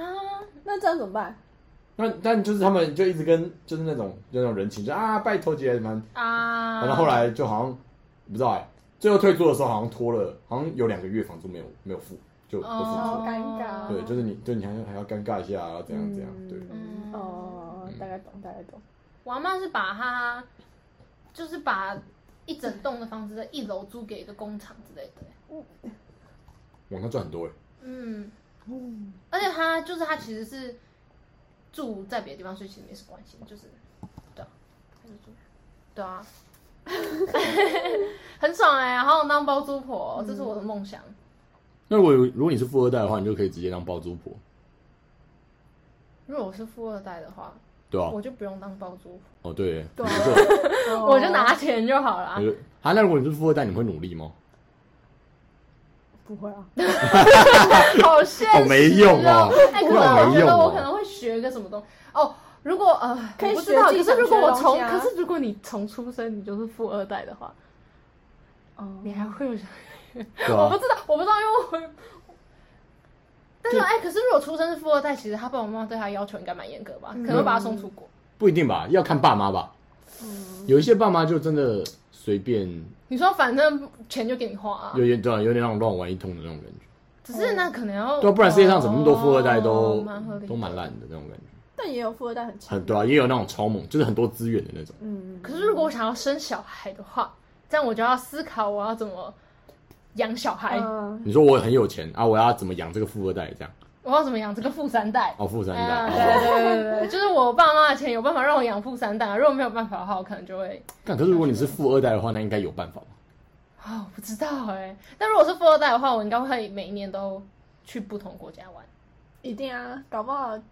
Speaker 3: 那这样怎么办？
Speaker 2: 那但就是他们就一直跟就是那种就那种人情，就啊拜托姐什么。
Speaker 1: 啊，
Speaker 2: 然后后来就好像不知道哎、最后退租的时候好像拖了，好像有两个月房租没有没有付，就不付
Speaker 1: 哦
Speaker 3: 好
Speaker 2: 出。
Speaker 3: 尴尬
Speaker 2: 对，就是你，对你还要还要尴尬一下，然后怎样怎样，对，
Speaker 1: 嗯
Speaker 3: 哦，大概懂，大概懂。
Speaker 1: 我阿妈是把她，就是把一整栋的房子的一楼租给一个工厂之类的。
Speaker 2: 网上赚很多哎、
Speaker 1: 嗯，而且她就是她其实是住在别的地方，所以其实没什么关系，就是对啊，她就住对啊， 很爽哎、好想当包租婆，这是我的梦想。
Speaker 3: 嗯
Speaker 2: 那如果如果你是富二代的话，你就可以直接当包租婆，
Speaker 1: 如果我是富二代的话，
Speaker 2: 对吧、
Speaker 1: 我就不用当包租婆，
Speaker 2: 哦，对，
Speaker 3: 对
Speaker 2: 你就
Speaker 3: 哦
Speaker 1: 我就拿钱就好了
Speaker 2: 你。就啊，那如果你是富二代，你会努力吗？
Speaker 3: 不会啊，
Speaker 1: 好现实、
Speaker 2: 好没用
Speaker 1: 哦
Speaker 2: 哦！
Speaker 1: 哎、可是我
Speaker 2: 没
Speaker 1: 觉
Speaker 2: 用
Speaker 1: 得
Speaker 2: 哦
Speaker 1: 我可能会学个什么东西哦。如果呃，
Speaker 3: 可以
Speaker 1: 我不知道，可
Speaker 3: 学自己
Speaker 1: 是如果我
Speaker 3: 想
Speaker 1: 从，
Speaker 3: 学的东西啊
Speaker 1: 可是如果你从出生你就是富二代的话，
Speaker 3: 哦，
Speaker 1: 你还会有人？
Speaker 2: 对啊吧、
Speaker 1: 我不知道，我不知道，因为我。但是哎、可是如果出生是富二代，其实他爸爸妈妈对他要求应该蛮严格吧？
Speaker 2: 嗯
Speaker 1: 可能会把他送出国。
Speaker 2: 不一定吧，要看爸妈吧。
Speaker 3: 嗯
Speaker 1: 嗯
Speaker 2: 有一些爸妈就真的随便，
Speaker 1: 你说反正钱就给你花啊，
Speaker 2: 有点对、啊，有点那种乱玩一通的那种感觉。
Speaker 1: 只是那可能要
Speaker 2: 对、啊，不然世界上怎么那么多富二代
Speaker 1: 哦
Speaker 2: 都、
Speaker 1: 蛮合理的
Speaker 2: 都蛮烂的那种感觉。
Speaker 3: 但也有富二代很强
Speaker 2: 很。对啊，也有那种超猛，就是很多资源的那种。
Speaker 3: 嗯，
Speaker 1: 可是如果我想要生小孩的话，这样我就要思考我要怎么养小孩，
Speaker 3: 嗯，
Speaker 2: 你说我很有钱啊，我要怎么养这个富二代这样？
Speaker 1: 我要怎么养这个富三代。
Speaker 2: 哦，富三
Speaker 1: 啊，
Speaker 2: 代。哦
Speaker 1: 对对对对对，就是我爸妈的钱有办法让我养富三代啊，如果没有办法的话，我可能就会
Speaker 2: 但可是如果你是富二代的话，那应该有办法吧
Speaker 1: 啊、我不知道哎、但如果是富二代的话，我应该会每一年都去不同国家玩，
Speaker 3: 一定啊，搞不好就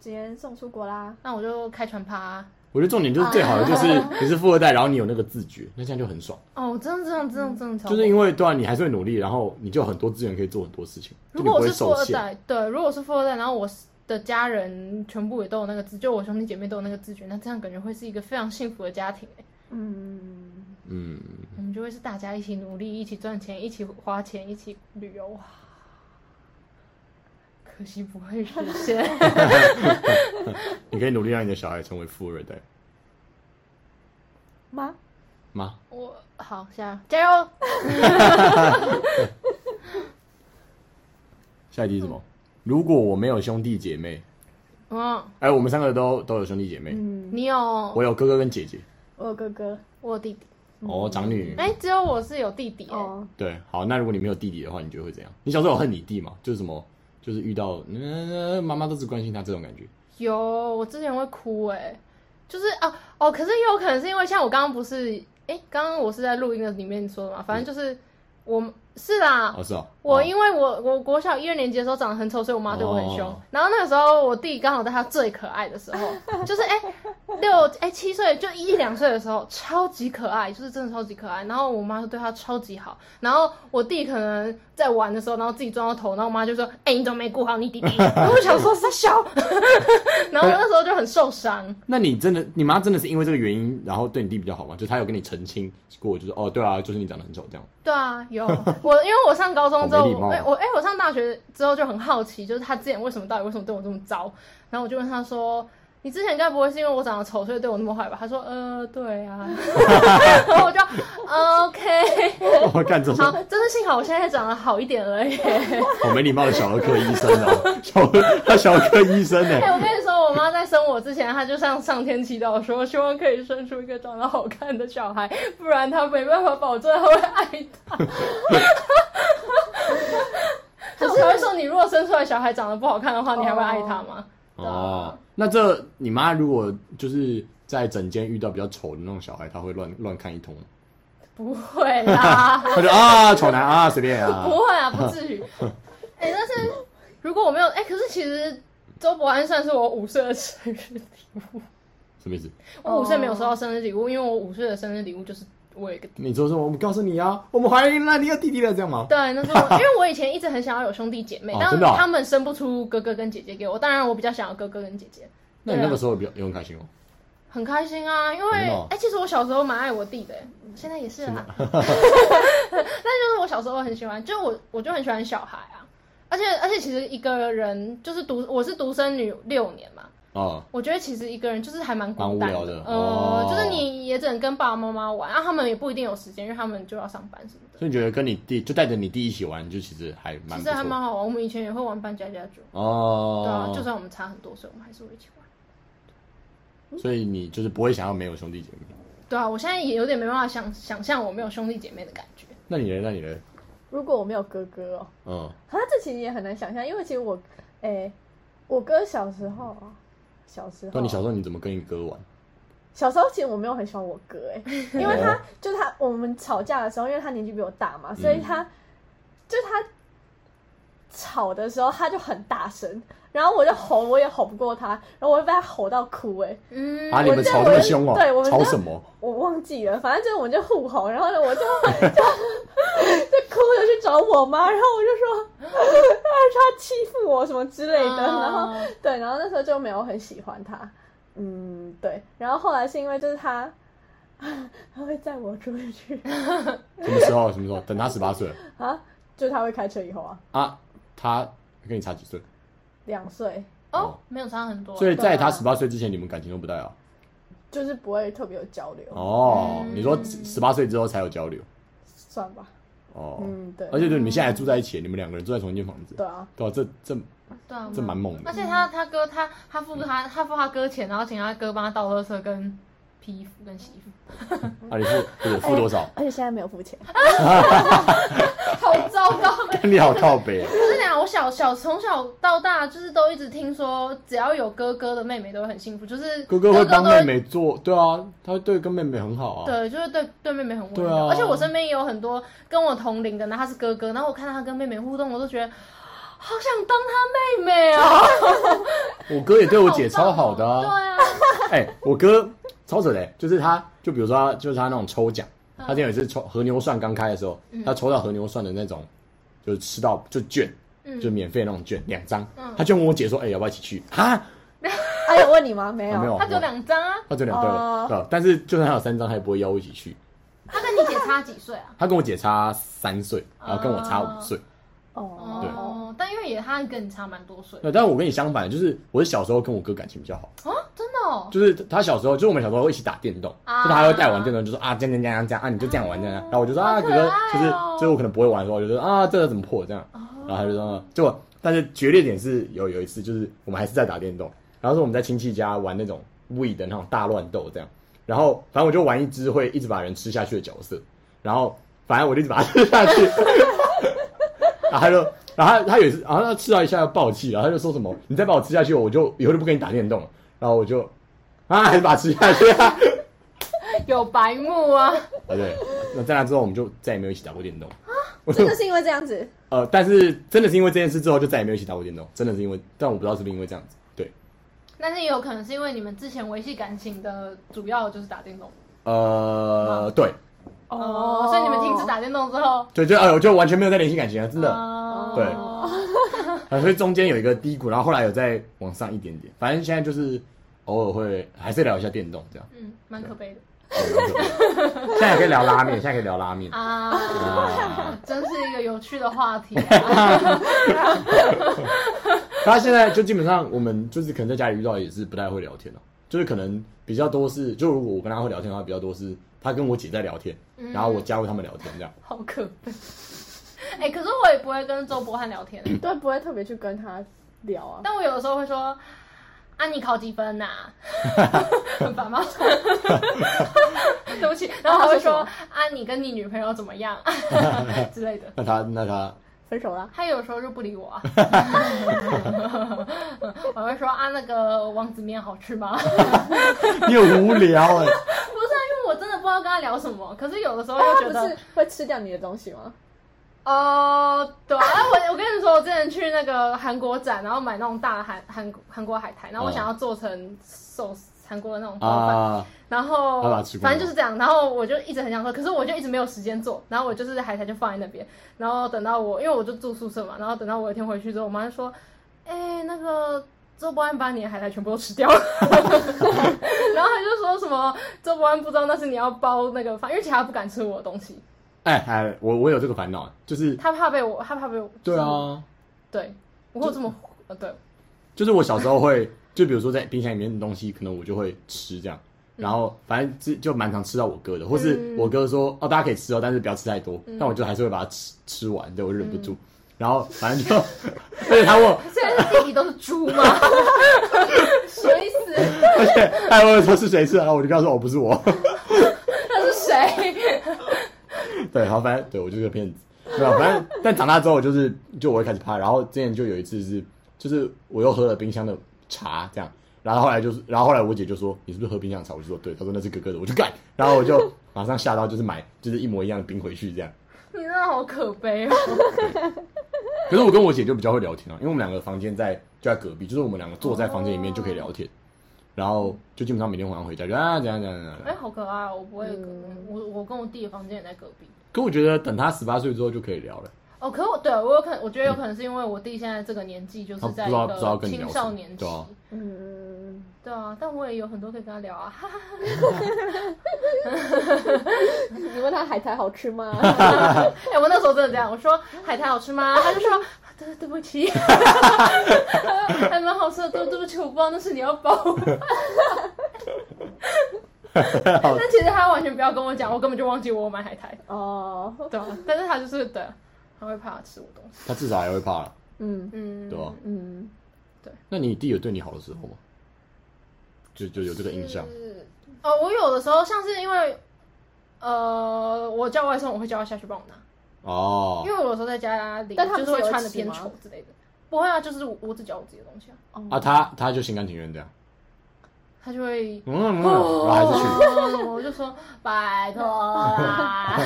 Speaker 3: 直接送出国啦。
Speaker 1: 那我就开船趴啊、
Speaker 2: 我觉得重点就是最好的就是你是富二代，然后你有那个自觉，那这样就很爽。
Speaker 1: 哦，我真的真的真的真的超
Speaker 2: 就是因为对啊，你还是会努力，然后你就有很多资源可以做很多事情，
Speaker 1: 如
Speaker 2: 就你不
Speaker 1: 果我
Speaker 2: 会
Speaker 1: 是富
Speaker 2: 受
Speaker 1: 二
Speaker 2: 限。
Speaker 1: 代，对，如果我是富二代，然后我的家人全部也都有那个自，就我兄弟姐妹都有那个自觉，那这样感觉会是一个非常幸福的家庭、欸、
Speaker 3: 嗯，
Speaker 2: 嗯，
Speaker 1: 我们就会是大家一起努力，一起赚钱，一起花钱，一起旅游哇。可惜不会实现。
Speaker 2: 你可以努力让你的小孩成为富二代
Speaker 3: 妈，
Speaker 2: 吗？
Speaker 1: 我好，下加油！
Speaker 2: 下一题是什么？如果我没有兄弟姐妹，
Speaker 1: 嗯，
Speaker 2: 哎，我们三个都都有兄弟姐妹，
Speaker 3: 嗯，
Speaker 1: 你有
Speaker 2: 我
Speaker 1: 我
Speaker 2: 有哥哥跟姐姐，
Speaker 3: 我哥哥
Speaker 1: 有弟弟，
Speaker 2: 哦，长女。
Speaker 1: 哎、只有我是有弟弟、欸。
Speaker 3: 哦，
Speaker 2: 对，好，那如果你没有弟弟的话，你觉得会怎样？你小时候有恨你弟吗？就是什么，就是遇到嗯、妈妈都只关心他这种感觉。
Speaker 1: 有，我之前会哭哎、就是啊哦，可是也有可能是因为像我刚刚不是哎，刚刚我是在录音的里面说的嘛，反正就是我是啦，
Speaker 2: 哦，是哦，
Speaker 1: 我
Speaker 2: 哦
Speaker 1: 因为我我国小一二年级的时候长得很丑，所以我妈对我很凶。
Speaker 2: 哦
Speaker 1: 然后那个时候我弟刚好在他最可爱的时 候，就是哎、六哎、七岁就一两岁的时候，超级可爱，就是真的超级可爱。然后我妈就对他超级好。然后我弟可能在玩的时候，然后自己撞到头，然后我妈就说：“哎、你怎么没顾好你弟 弟？”然后我想说傻小， 然后我那时候就很受伤。
Speaker 2: 那你真的，你妈真的是因为这个原因，然后对你弟比较好吗？就她有跟你澄清过，就是哦，对啊，就是你长得很丑这样。
Speaker 1: 对啊，有 我，因为我上高中之后，
Speaker 2: 好没礼貌
Speaker 1: 我哎我哎、我上大学之后就很好奇，就是他之前为什么到底为什么对我这么糟？然后我就问他说：“你之前该不会是因为我长得丑，所以对我那么坏吧？”他说：“呃，对啊。” 然后我就呃 OK，
Speaker 2: 我哦干这
Speaker 1: 好
Speaker 2: 种，
Speaker 1: 真的幸好我现在长得好一点而已。
Speaker 2: 好没礼貌的小儿科医生哦， 小他小儿科医生欸呢
Speaker 1: 哎、？我跟你说，我妈在生我之前，她就向上天祈祷说，希望可以生出一个长得好看的小孩，不然她没办法保证她会爱 他。就是我会说，你如果生出来小孩长得不好看的话，你还会爱他吗？
Speaker 2: 哦，那这你妈如果就是在整间遇到比较丑的那种小孩，她会乱乱看一通吗。
Speaker 1: 不会啦，
Speaker 2: 他就啊，丑男啊，随 便 啊
Speaker 1: 不，会啊，不至 于。哎、但是如果我没有，哎、可是其实周伯安算是我五岁的生日礼物。
Speaker 2: 什么意思？
Speaker 3: 哦
Speaker 1: 我五岁没有收到生日礼物，因为我五岁的生日礼物就是我有一个。
Speaker 2: 你说说，我们告诉你啊，我们怀孕了，你有弟弟了，这样吗？
Speaker 1: 对，啊那是我，因为我以前一直很想要有兄弟姐妹，
Speaker 2: 哦
Speaker 1: 但是
Speaker 2: 真的哦
Speaker 1: 他们生不出哥哥跟姐姐给我。当然，我比较想要哥哥跟姐姐，
Speaker 2: 那你那个时候比较有很开心哦。
Speaker 1: 很开心啊。因为
Speaker 2: 真
Speaker 1: 哎、
Speaker 2: 的哦
Speaker 1: 其实我小时候蛮爱我弟的、现在也是 啦。但就是我小时候很喜欢，就我我就很喜欢小孩啊。而且而且，其实一个人就是独，我是独生女六年嘛，
Speaker 2: 哦，
Speaker 1: 我觉得其实一个人就是还蛮孤
Speaker 2: 蛮
Speaker 1: 单
Speaker 2: 无聊的
Speaker 1: 呃，
Speaker 2: 哦
Speaker 1: 就是你也只能跟爸爸妈妈玩，啊，他们也不一定有时间，因为他们就要上班什么的。
Speaker 2: 所以你觉得跟你弟就带着你弟一起玩，就其实还蛮
Speaker 1: 其
Speaker 2: 不
Speaker 1: 实还蛮
Speaker 2: 错。
Speaker 1: 好玩，我们以前也会玩扮家家酒，对啊，就
Speaker 2: 哦，
Speaker 1: 算我们差很多岁，我们还是会一起玩。
Speaker 2: 所以你就是不会想要没有兄弟姐妹。
Speaker 1: 对啊，我现在也有点没办法想想象我没有兄弟姐妹的感觉。
Speaker 2: 那你呢？那你呢？
Speaker 3: 如果我没有哥哥哦，
Speaker 2: 嗯，
Speaker 3: 啊，这其实也很难想象，因为其实我，哎、我哥小时候啊，小时候，
Speaker 2: 哦那你小时候你怎么跟你哥玩？
Speaker 3: 小时候其实我没有很喜欢我哥、哎，因为他就他我们吵架的时候，因为他年纪比我大嘛，所以他、就他吵的时候他就很大声，然后我就吼，我也吼不过他，然后我会被他吼到哭、哎，
Speaker 1: 嗯，
Speaker 2: 啊，你们吵这么凶哦
Speaker 3: 我记得我？们
Speaker 2: 吵什么？
Speaker 3: 我忘记了，反正就是我们就互吼，然后呢，我就就就哭着去找我妈，然后我就说，哎他欺负我什么之类的，然后
Speaker 1: 啊
Speaker 3: 对，然后那时候就没有很喜欢他，嗯，对，然后后来是因为就是他， 他会载我出去
Speaker 2: 什么时候？什么时候？等他十八岁了
Speaker 3: 啊，就他会开车以后啊，
Speaker 2: 啊，他跟你差几岁？
Speaker 3: 两岁
Speaker 1: 哦，没有差很多啊，
Speaker 2: 所以在他
Speaker 3: 对啊
Speaker 2: 十八岁之前，你们感情都不太好。
Speaker 3: 就是不会特别有交流，
Speaker 2: 哦，
Speaker 1: 嗯
Speaker 2: 你说十八岁之后才有交流。
Speaker 3: 算吧，
Speaker 2: 哦，
Speaker 3: 嗯，对，
Speaker 2: 而且对，你们现在还住在一起，你们两个人住在同一间房子。
Speaker 3: 对啊，
Speaker 2: 对啊，这这
Speaker 1: 对啊，
Speaker 2: 这蛮猛
Speaker 1: 而
Speaker 2: 的。
Speaker 1: 且他他哥他他付他他付他哥钱，然后请他哥帮他倒垃圾跟披衣服跟洗衣服，
Speaker 2: 啊，你付我付多少？
Speaker 3: 而且现在没有付钱，
Speaker 1: 好糟糕。
Speaker 2: 你好靠北。啊
Speaker 1: 可是俩，我小小从小到大就是都一直听说，只要有哥哥的妹妹都会很幸福，就是
Speaker 2: 哥哥会帮
Speaker 1: 都会
Speaker 2: 妹妹做，对啊，他对跟妹妹很好啊。
Speaker 1: 对，就是对对妹妹很温
Speaker 2: 对
Speaker 1: 柔。
Speaker 2: 啊
Speaker 1: 而且我身边也有很多跟我同龄的，然后他是哥哥，然后我看到他跟妹妹互动，我都觉得好想当他妹妹哦。
Speaker 2: 我哥也对我姐超好的
Speaker 1: 对
Speaker 2: 啊。
Speaker 1: 啊，
Speaker 2: 哎、我哥超扯的、欸就是他，就比如说他，就是他那种抽奖，他之前有一次抽和牛涮刚开的时候，他抽到和牛涮的那种，就是吃到就券，就免费那种券两张，他就问我姐说，哎、要不要一起去？哈，
Speaker 3: 哎，有问你吗？没
Speaker 2: 啊
Speaker 3: 有，
Speaker 2: 没有，
Speaker 1: 他只有两张啊。
Speaker 2: 他只有两对
Speaker 3: 哦
Speaker 2: 对但是就算他有三张，他也不会邀我一起去。
Speaker 1: 他跟你姐差几岁啊？
Speaker 2: 他跟我姐差三岁，然后跟我差五岁。
Speaker 3: 哦，
Speaker 1: 哦，但因为也他跟你差蛮多岁
Speaker 2: 那、但我跟你相反，就是我是小时候跟我哥感情比较好。
Speaker 1: 哦，真的哦。
Speaker 2: 就是他小时候，就是我们小时候会一起打电动，
Speaker 1: 啊
Speaker 2: 就他还会带我玩电动，就说啊这样这样这样这样啊，你就这样玩这样，然后我就说啊
Speaker 1: 好
Speaker 2: 哥
Speaker 1: 可
Speaker 2: 哥，
Speaker 1: 爱
Speaker 2: 就是
Speaker 1: 哦
Speaker 2: 就是我可能不会玩的时候，我就说啊这个怎么破这样，然后他就说结果，但是决裂点是有有一次就是我们还是在打电动，然后是我们在亲戚家玩那种 We 的那种大乱斗这样，然后反正我就玩一只会一直把人吃下去的角色，然后反正我就一直把它吃下 去，然后他就，然后他他有一次，然后他吃到一下要爆气，然后他就说什么：“你再把我吃下去，我就以后就不跟你打电动了。”然后我就啊，还是把它吃下去 啊。
Speaker 1: 有白目啊，
Speaker 2: 啊对，那在那之后我们就再也没有一起打过电动。
Speaker 3: 真的是因为这样子，
Speaker 2: 呃，但是真的是因为这件事之后就再也没有一起打过电动，真的是因为，但我不知道是不是因为这样子。对，
Speaker 1: 但是也有可能是因为你们之前维系感情的主要就是打电动
Speaker 2: 呃，对，
Speaker 1: 哦，所以你们停止打电动之后，
Speaker 2: 就就呃，我就完全没有再联系感情了，真的。
Speaker 1: 哦
Speaker 2: 对啊，所以中间有一个低谷，然后后来有再往上一点点，反正现在就是偶尔会还是聊一下电动这样。
Speaker 1: 嗯，蛮可悲的
Speaker 2: 现在也可以聊拉面，现在可以聊拉面。
Speaker 1: 啊。
Speaker 2: 啊
Speaker 1: 真是一个有趣的话题、啊。
Speaker 2: 他现在就基本上我们就是可能在家里遇到也是不太会聊天了、就是可能比较多是，就如果我跟他会聊天的话，比较多是他跟我姐在聊天，然后我加入他们聊天这样。
Speaker 1: 嗯好可悲。 哎、可是我也不会跟周伯翰聊天，
Speaker 3: 对，不会特别去跟他聊啊，
Speaker 1: 但我有的时候会说：“啊，你考几分呐、啊 很烦吗？对不起，然后还会说：“啊，你跟你女朋友怎么样？” 之类的。
Speaker 2: 那他那他
Speaker 3: 分手啦。
Speaker 1: 他有时候就不理我啊， 我会说啊，那个王子面好吃吗？不是啊， 啊
Speaker 2: 你很无聊
Speaker 1: 因
Speaker 2: 哎、
Speaker 1: 为我真的不知道跟他聊聊什么，可是有的时候
Speaker 3: 但
Speaker 1: 又
Speaker 3: 啊他
Speaker 1: 觉
Speaker 3: 不
Speaker 1: 得
Speaker 3: 是会吃掉你的东西吗？
Speaker 1: 哦，对啊，我我跟你说，我之前去那个韩国展，然后买那种大的韩韩韩国海苔，然后我
Speaker 2: 嗯
Speaker 1: 想要做成寿司韩国的那种包饭，
Speaker 2: 啊，
Speaker 1: 然
Speaker 2: 他把
Speaker 1: 后
Speaker 2: 它吃光
Speaker 1: 反正就是这样，然后我就一直很想做，可是我就一直没有时间做，然后我就是海苔就放在那边，然后等到我因为我就住宿舍嘛，然后等到我有一天回去之后，我妈就说，哎、那个。周伯安把你的海苔全部都吃掉了， 然后他就说什么周伯安不知道那是你要包那个饭，因为其他不敢吃我的东西，
Speaker 2: 哎哎，我我有这个烦恼，就是
Speaker 1: 他怕被我，他怕被我。
Speaker 2: 对，啊，
Speaker 1: 对，我会有这么呃， 对，
Speaker 2: 就是我小时候会，就比如说在冰箱里面的东西，可能我就会吃这样，然后反正就就蛮常吃到我哥的，或是我哥说、哦，大家可以吃哦，但是不要吃太多，但我就还是会把它吃吃完，对我忍不住。然后反正就， 而且他问我，
Speaker 1: 虽然是弟弟都是猪嘛， 什么意思？
Speaker 2: 而且他还问我说是谁吃，然后我就跟他说我哦不是我。
Speaker 1: 那是谁？
Speaker 2: 对，好，反正对我就是个骗子，对吧？反正但长大之后，我就是就我会开始怕，然后之前就有一次是，就是我又喝了冰箱的茶，这样，然后后来就是，然后后来我姐就说你是不是喝冰箱的茶？我就说对，她说那是哥哥的，我就干，然后我就马上下到就是买就是一模一样的冰回去这样。
Speaker 1: 你真的好可悲哦。
Speaker 2: 可是我跟我姐就比较会聊天啊，因为我们两个房间在就在隔壁，就是我们两个坐在房间里面就可以聊天，然后就基本上每天晚上回家就啊怎样怎样怎样。怎
Speaker 1: 哎，
Speaker 2: 样
Speaker 1: 好可爱哦！我不会隔，我我跟我弟的房间也在隔壁。
Speaker 2: 可我觉得等她十八岁之后就可以聊了，
Speaker 1: 哦，可我对我有可能，我觉得有可能是因为我弟现在这个年纪就
Speaker 2: 他
Speaker 1: 是
Speaker 2: 不
Speaker 1: 在一
Speaker 2: 知道不知道
Speaker 1: 个
Speaker 2: 跟你
Speaker 1: 青
Speaker 2: 聊什
Speaker 1: 少
Speaker 2: 么
Speaker 1: 年期
Speaker 2: 对啊，
Speaker 3: 嗯，
Speaker 1: 对啊，但我也有很多可以跟他聊啊。哈哈
Speaker 3: 嗯你问他海苔好吃吗？
Speaker 1: 哎，我那时候真的这样，我说海苔好吃吗？他就说啊对对不起， 还蛮好吃的，对对不起，我不知道那是你要 包。
Speaker 2: 好
Speaker 1: 但其实他完全不要跟我讲，我根本就忘记我有买海苔。
Speaker 3: 哦，
Speaker 1: 对啊，但是他就是对，他会怕吃我东西。
Speaker 2: 她至少还会怕了，
Speaker 3: 嗯
Speaker 1: 嗯，
Speaker 2: 对吧、啊
Speaker 3: 嗯，
Speaker 2: 那你弟有对你好的时候吗？就就有这个印象，
Speaker 1: 哦，我有的时候像是因为，呃，我叫外送，我会叫他下去帮我拿，
Speaker 2: 哦
Speaker 1: 因，为我有时候在家里，
Speaker 3: 但他
Speaker 1: 就
Speaker 3: 们
Speaker 1: 是会
Speaker 3: 自己会
Speaker 1: 穿的
Speaker 3: 吃
Speaker 1: 偏
Speaker 3: 吗
Speaker 1: 丑之类的。不会啊，就是我我只叫我自己的东西啊，
Speaker 3: 哦
Speaker 2: 啊，他他就心甘情愿这样，
Speaker 1: 他就会。
Speaker 2: 嗯，嗯然后还是去，
Speaker 1: 哦我就说拜托啦，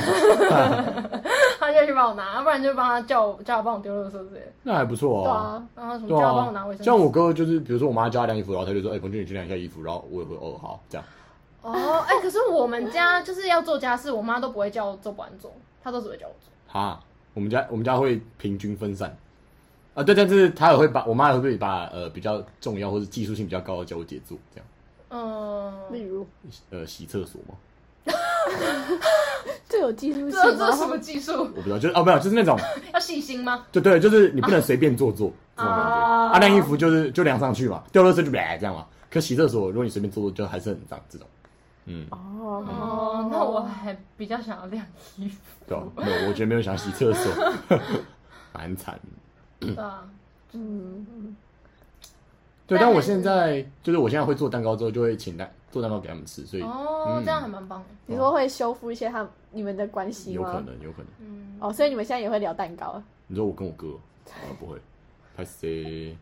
Speaker 1: 他就去帮我拿，不然就帮他叫我叫我帮我丢垃圾之类的，
Speaker 2: 那还不错
Speaker 3: 对
Speaker 2: 哦。
Speaker 3: 啊，
Speaker 1: 然后什么
Speaker 2: 对
Speaker 1: 叫他帮我
Speaker 2: 啊
Speaker 1: 拿卫，生纸。
Speaker 2: 像我哥就是，比如说我妈叫他晾衣服，然后他就说：“哎，彭俊，你去晾一下衣服。”然后我也会哦，好，这样。
Speaker 1: 哦，哎、可是我们家就是要做家事，我妈都不会叫我做不完做，她都只会叫我做。
Speaker 2: 哈，我们家我们家会平均分散啊，对，但是他也会把我妈也会把呃比较重要或者技术性比较高的交姐做，这样
Speaker 1: 嗯，
Speaker 3: 例如
Speaker 2: 呃洗厕所嘛，
Speaker 3: 这有技术
Speaker 1: 这
Speaker 3: 性
Speaker 1: 这是什么
Speaker 3: 吗？
Speaker 1: 技术？
Speaker 2: 我不知道，就是哦没有，就是那种
Speaker 1: 要细心吗？
Speaker 2: 就对，就是你不能随便做做这种感觉。
Speaker 1: 啊
Speaker 2: 啊，晾衣服就是就晾上去嘛，掉垃圾就呗这样嘛。可洗厕所，如果你随便做做，就还是很脏这种。嗯，
Speaker 1: 哦
Speaker 3: 哦，，
Speaker 1: 那我还比较想要晾衣服，
Speaker 2: 对吧、没有，我觉得没有想洗厕所， 蛮惨的。
Speaker 1: 对啊，
Speaker 3: 嗯，
Speaker 2: 对，
Speaker 1: 但
Speaker 2: 但我现在就是我现在会做蛋糕之后，就会请蛋做蛋糕给他们吃，所以
Speaker 1: 哦，
Speaker 2: 嗯
Speaker 1: 这样还蛮棒的。
Speaker 3: 你说会修复一些他你们的关系
Speaker 2: 有可
Speaker 3: 吗？
Speaker 2: 能，有可能。
Speaker 1: 嗯，
Speaker 3: 哦，所以你们现在也会聊蛋糕，
Speaker 2: 你说我跟我哥，啊不会，拍谁？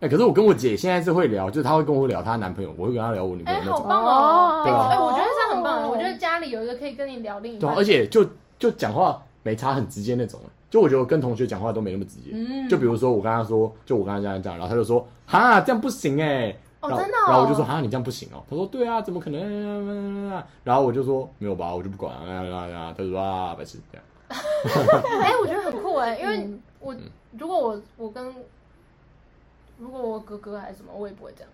Speaker 2: 哎、可是我跟我姐现在是会聊，就是她会跟我聊她男朋友，我会跟她聊我女朋
Speaker 1: 哎、
Speaker 2: 友那
Speaker 1: 好
Speaker 2: 种。
Speaker 1: 棒哦！哎、
Speaker 2: 对啊
Speaker 1: 哎我觉得这样很棒、
Speaker 3: 哦
Speaker 1: 我觉得家里有一个可以跟你聊另一
Speaker 2: 对啊、
Speaker 1: 半，
Speaker 2: 而且就就讲话没差很直接那种，就我觉得我跟同学讲话都没那么直接。
Speaker 1: 嗯
Speaker 2: 就比如说我跟他说，就我跟他这样讲，然后他就说哈这样不行哎、欸。
Speaker 1: 哦
Speaker 2: 然后
Speaker 1: 真的哦
Speaker 2: 然后我就说哈你这样不行哦。他说对啊，怎么可能？然后我就说没有吧，我就不管啊。啊啊啊他就说啊白痴这样。
Speaker 1: 哎、我觉得很酷哎、因
Speaker 3: 嗯
Speaker 1: 为我、
Speaker 2: 嗯
Speaker 1: 如果我我跟如果我哥哥还是什么，我也不会这样。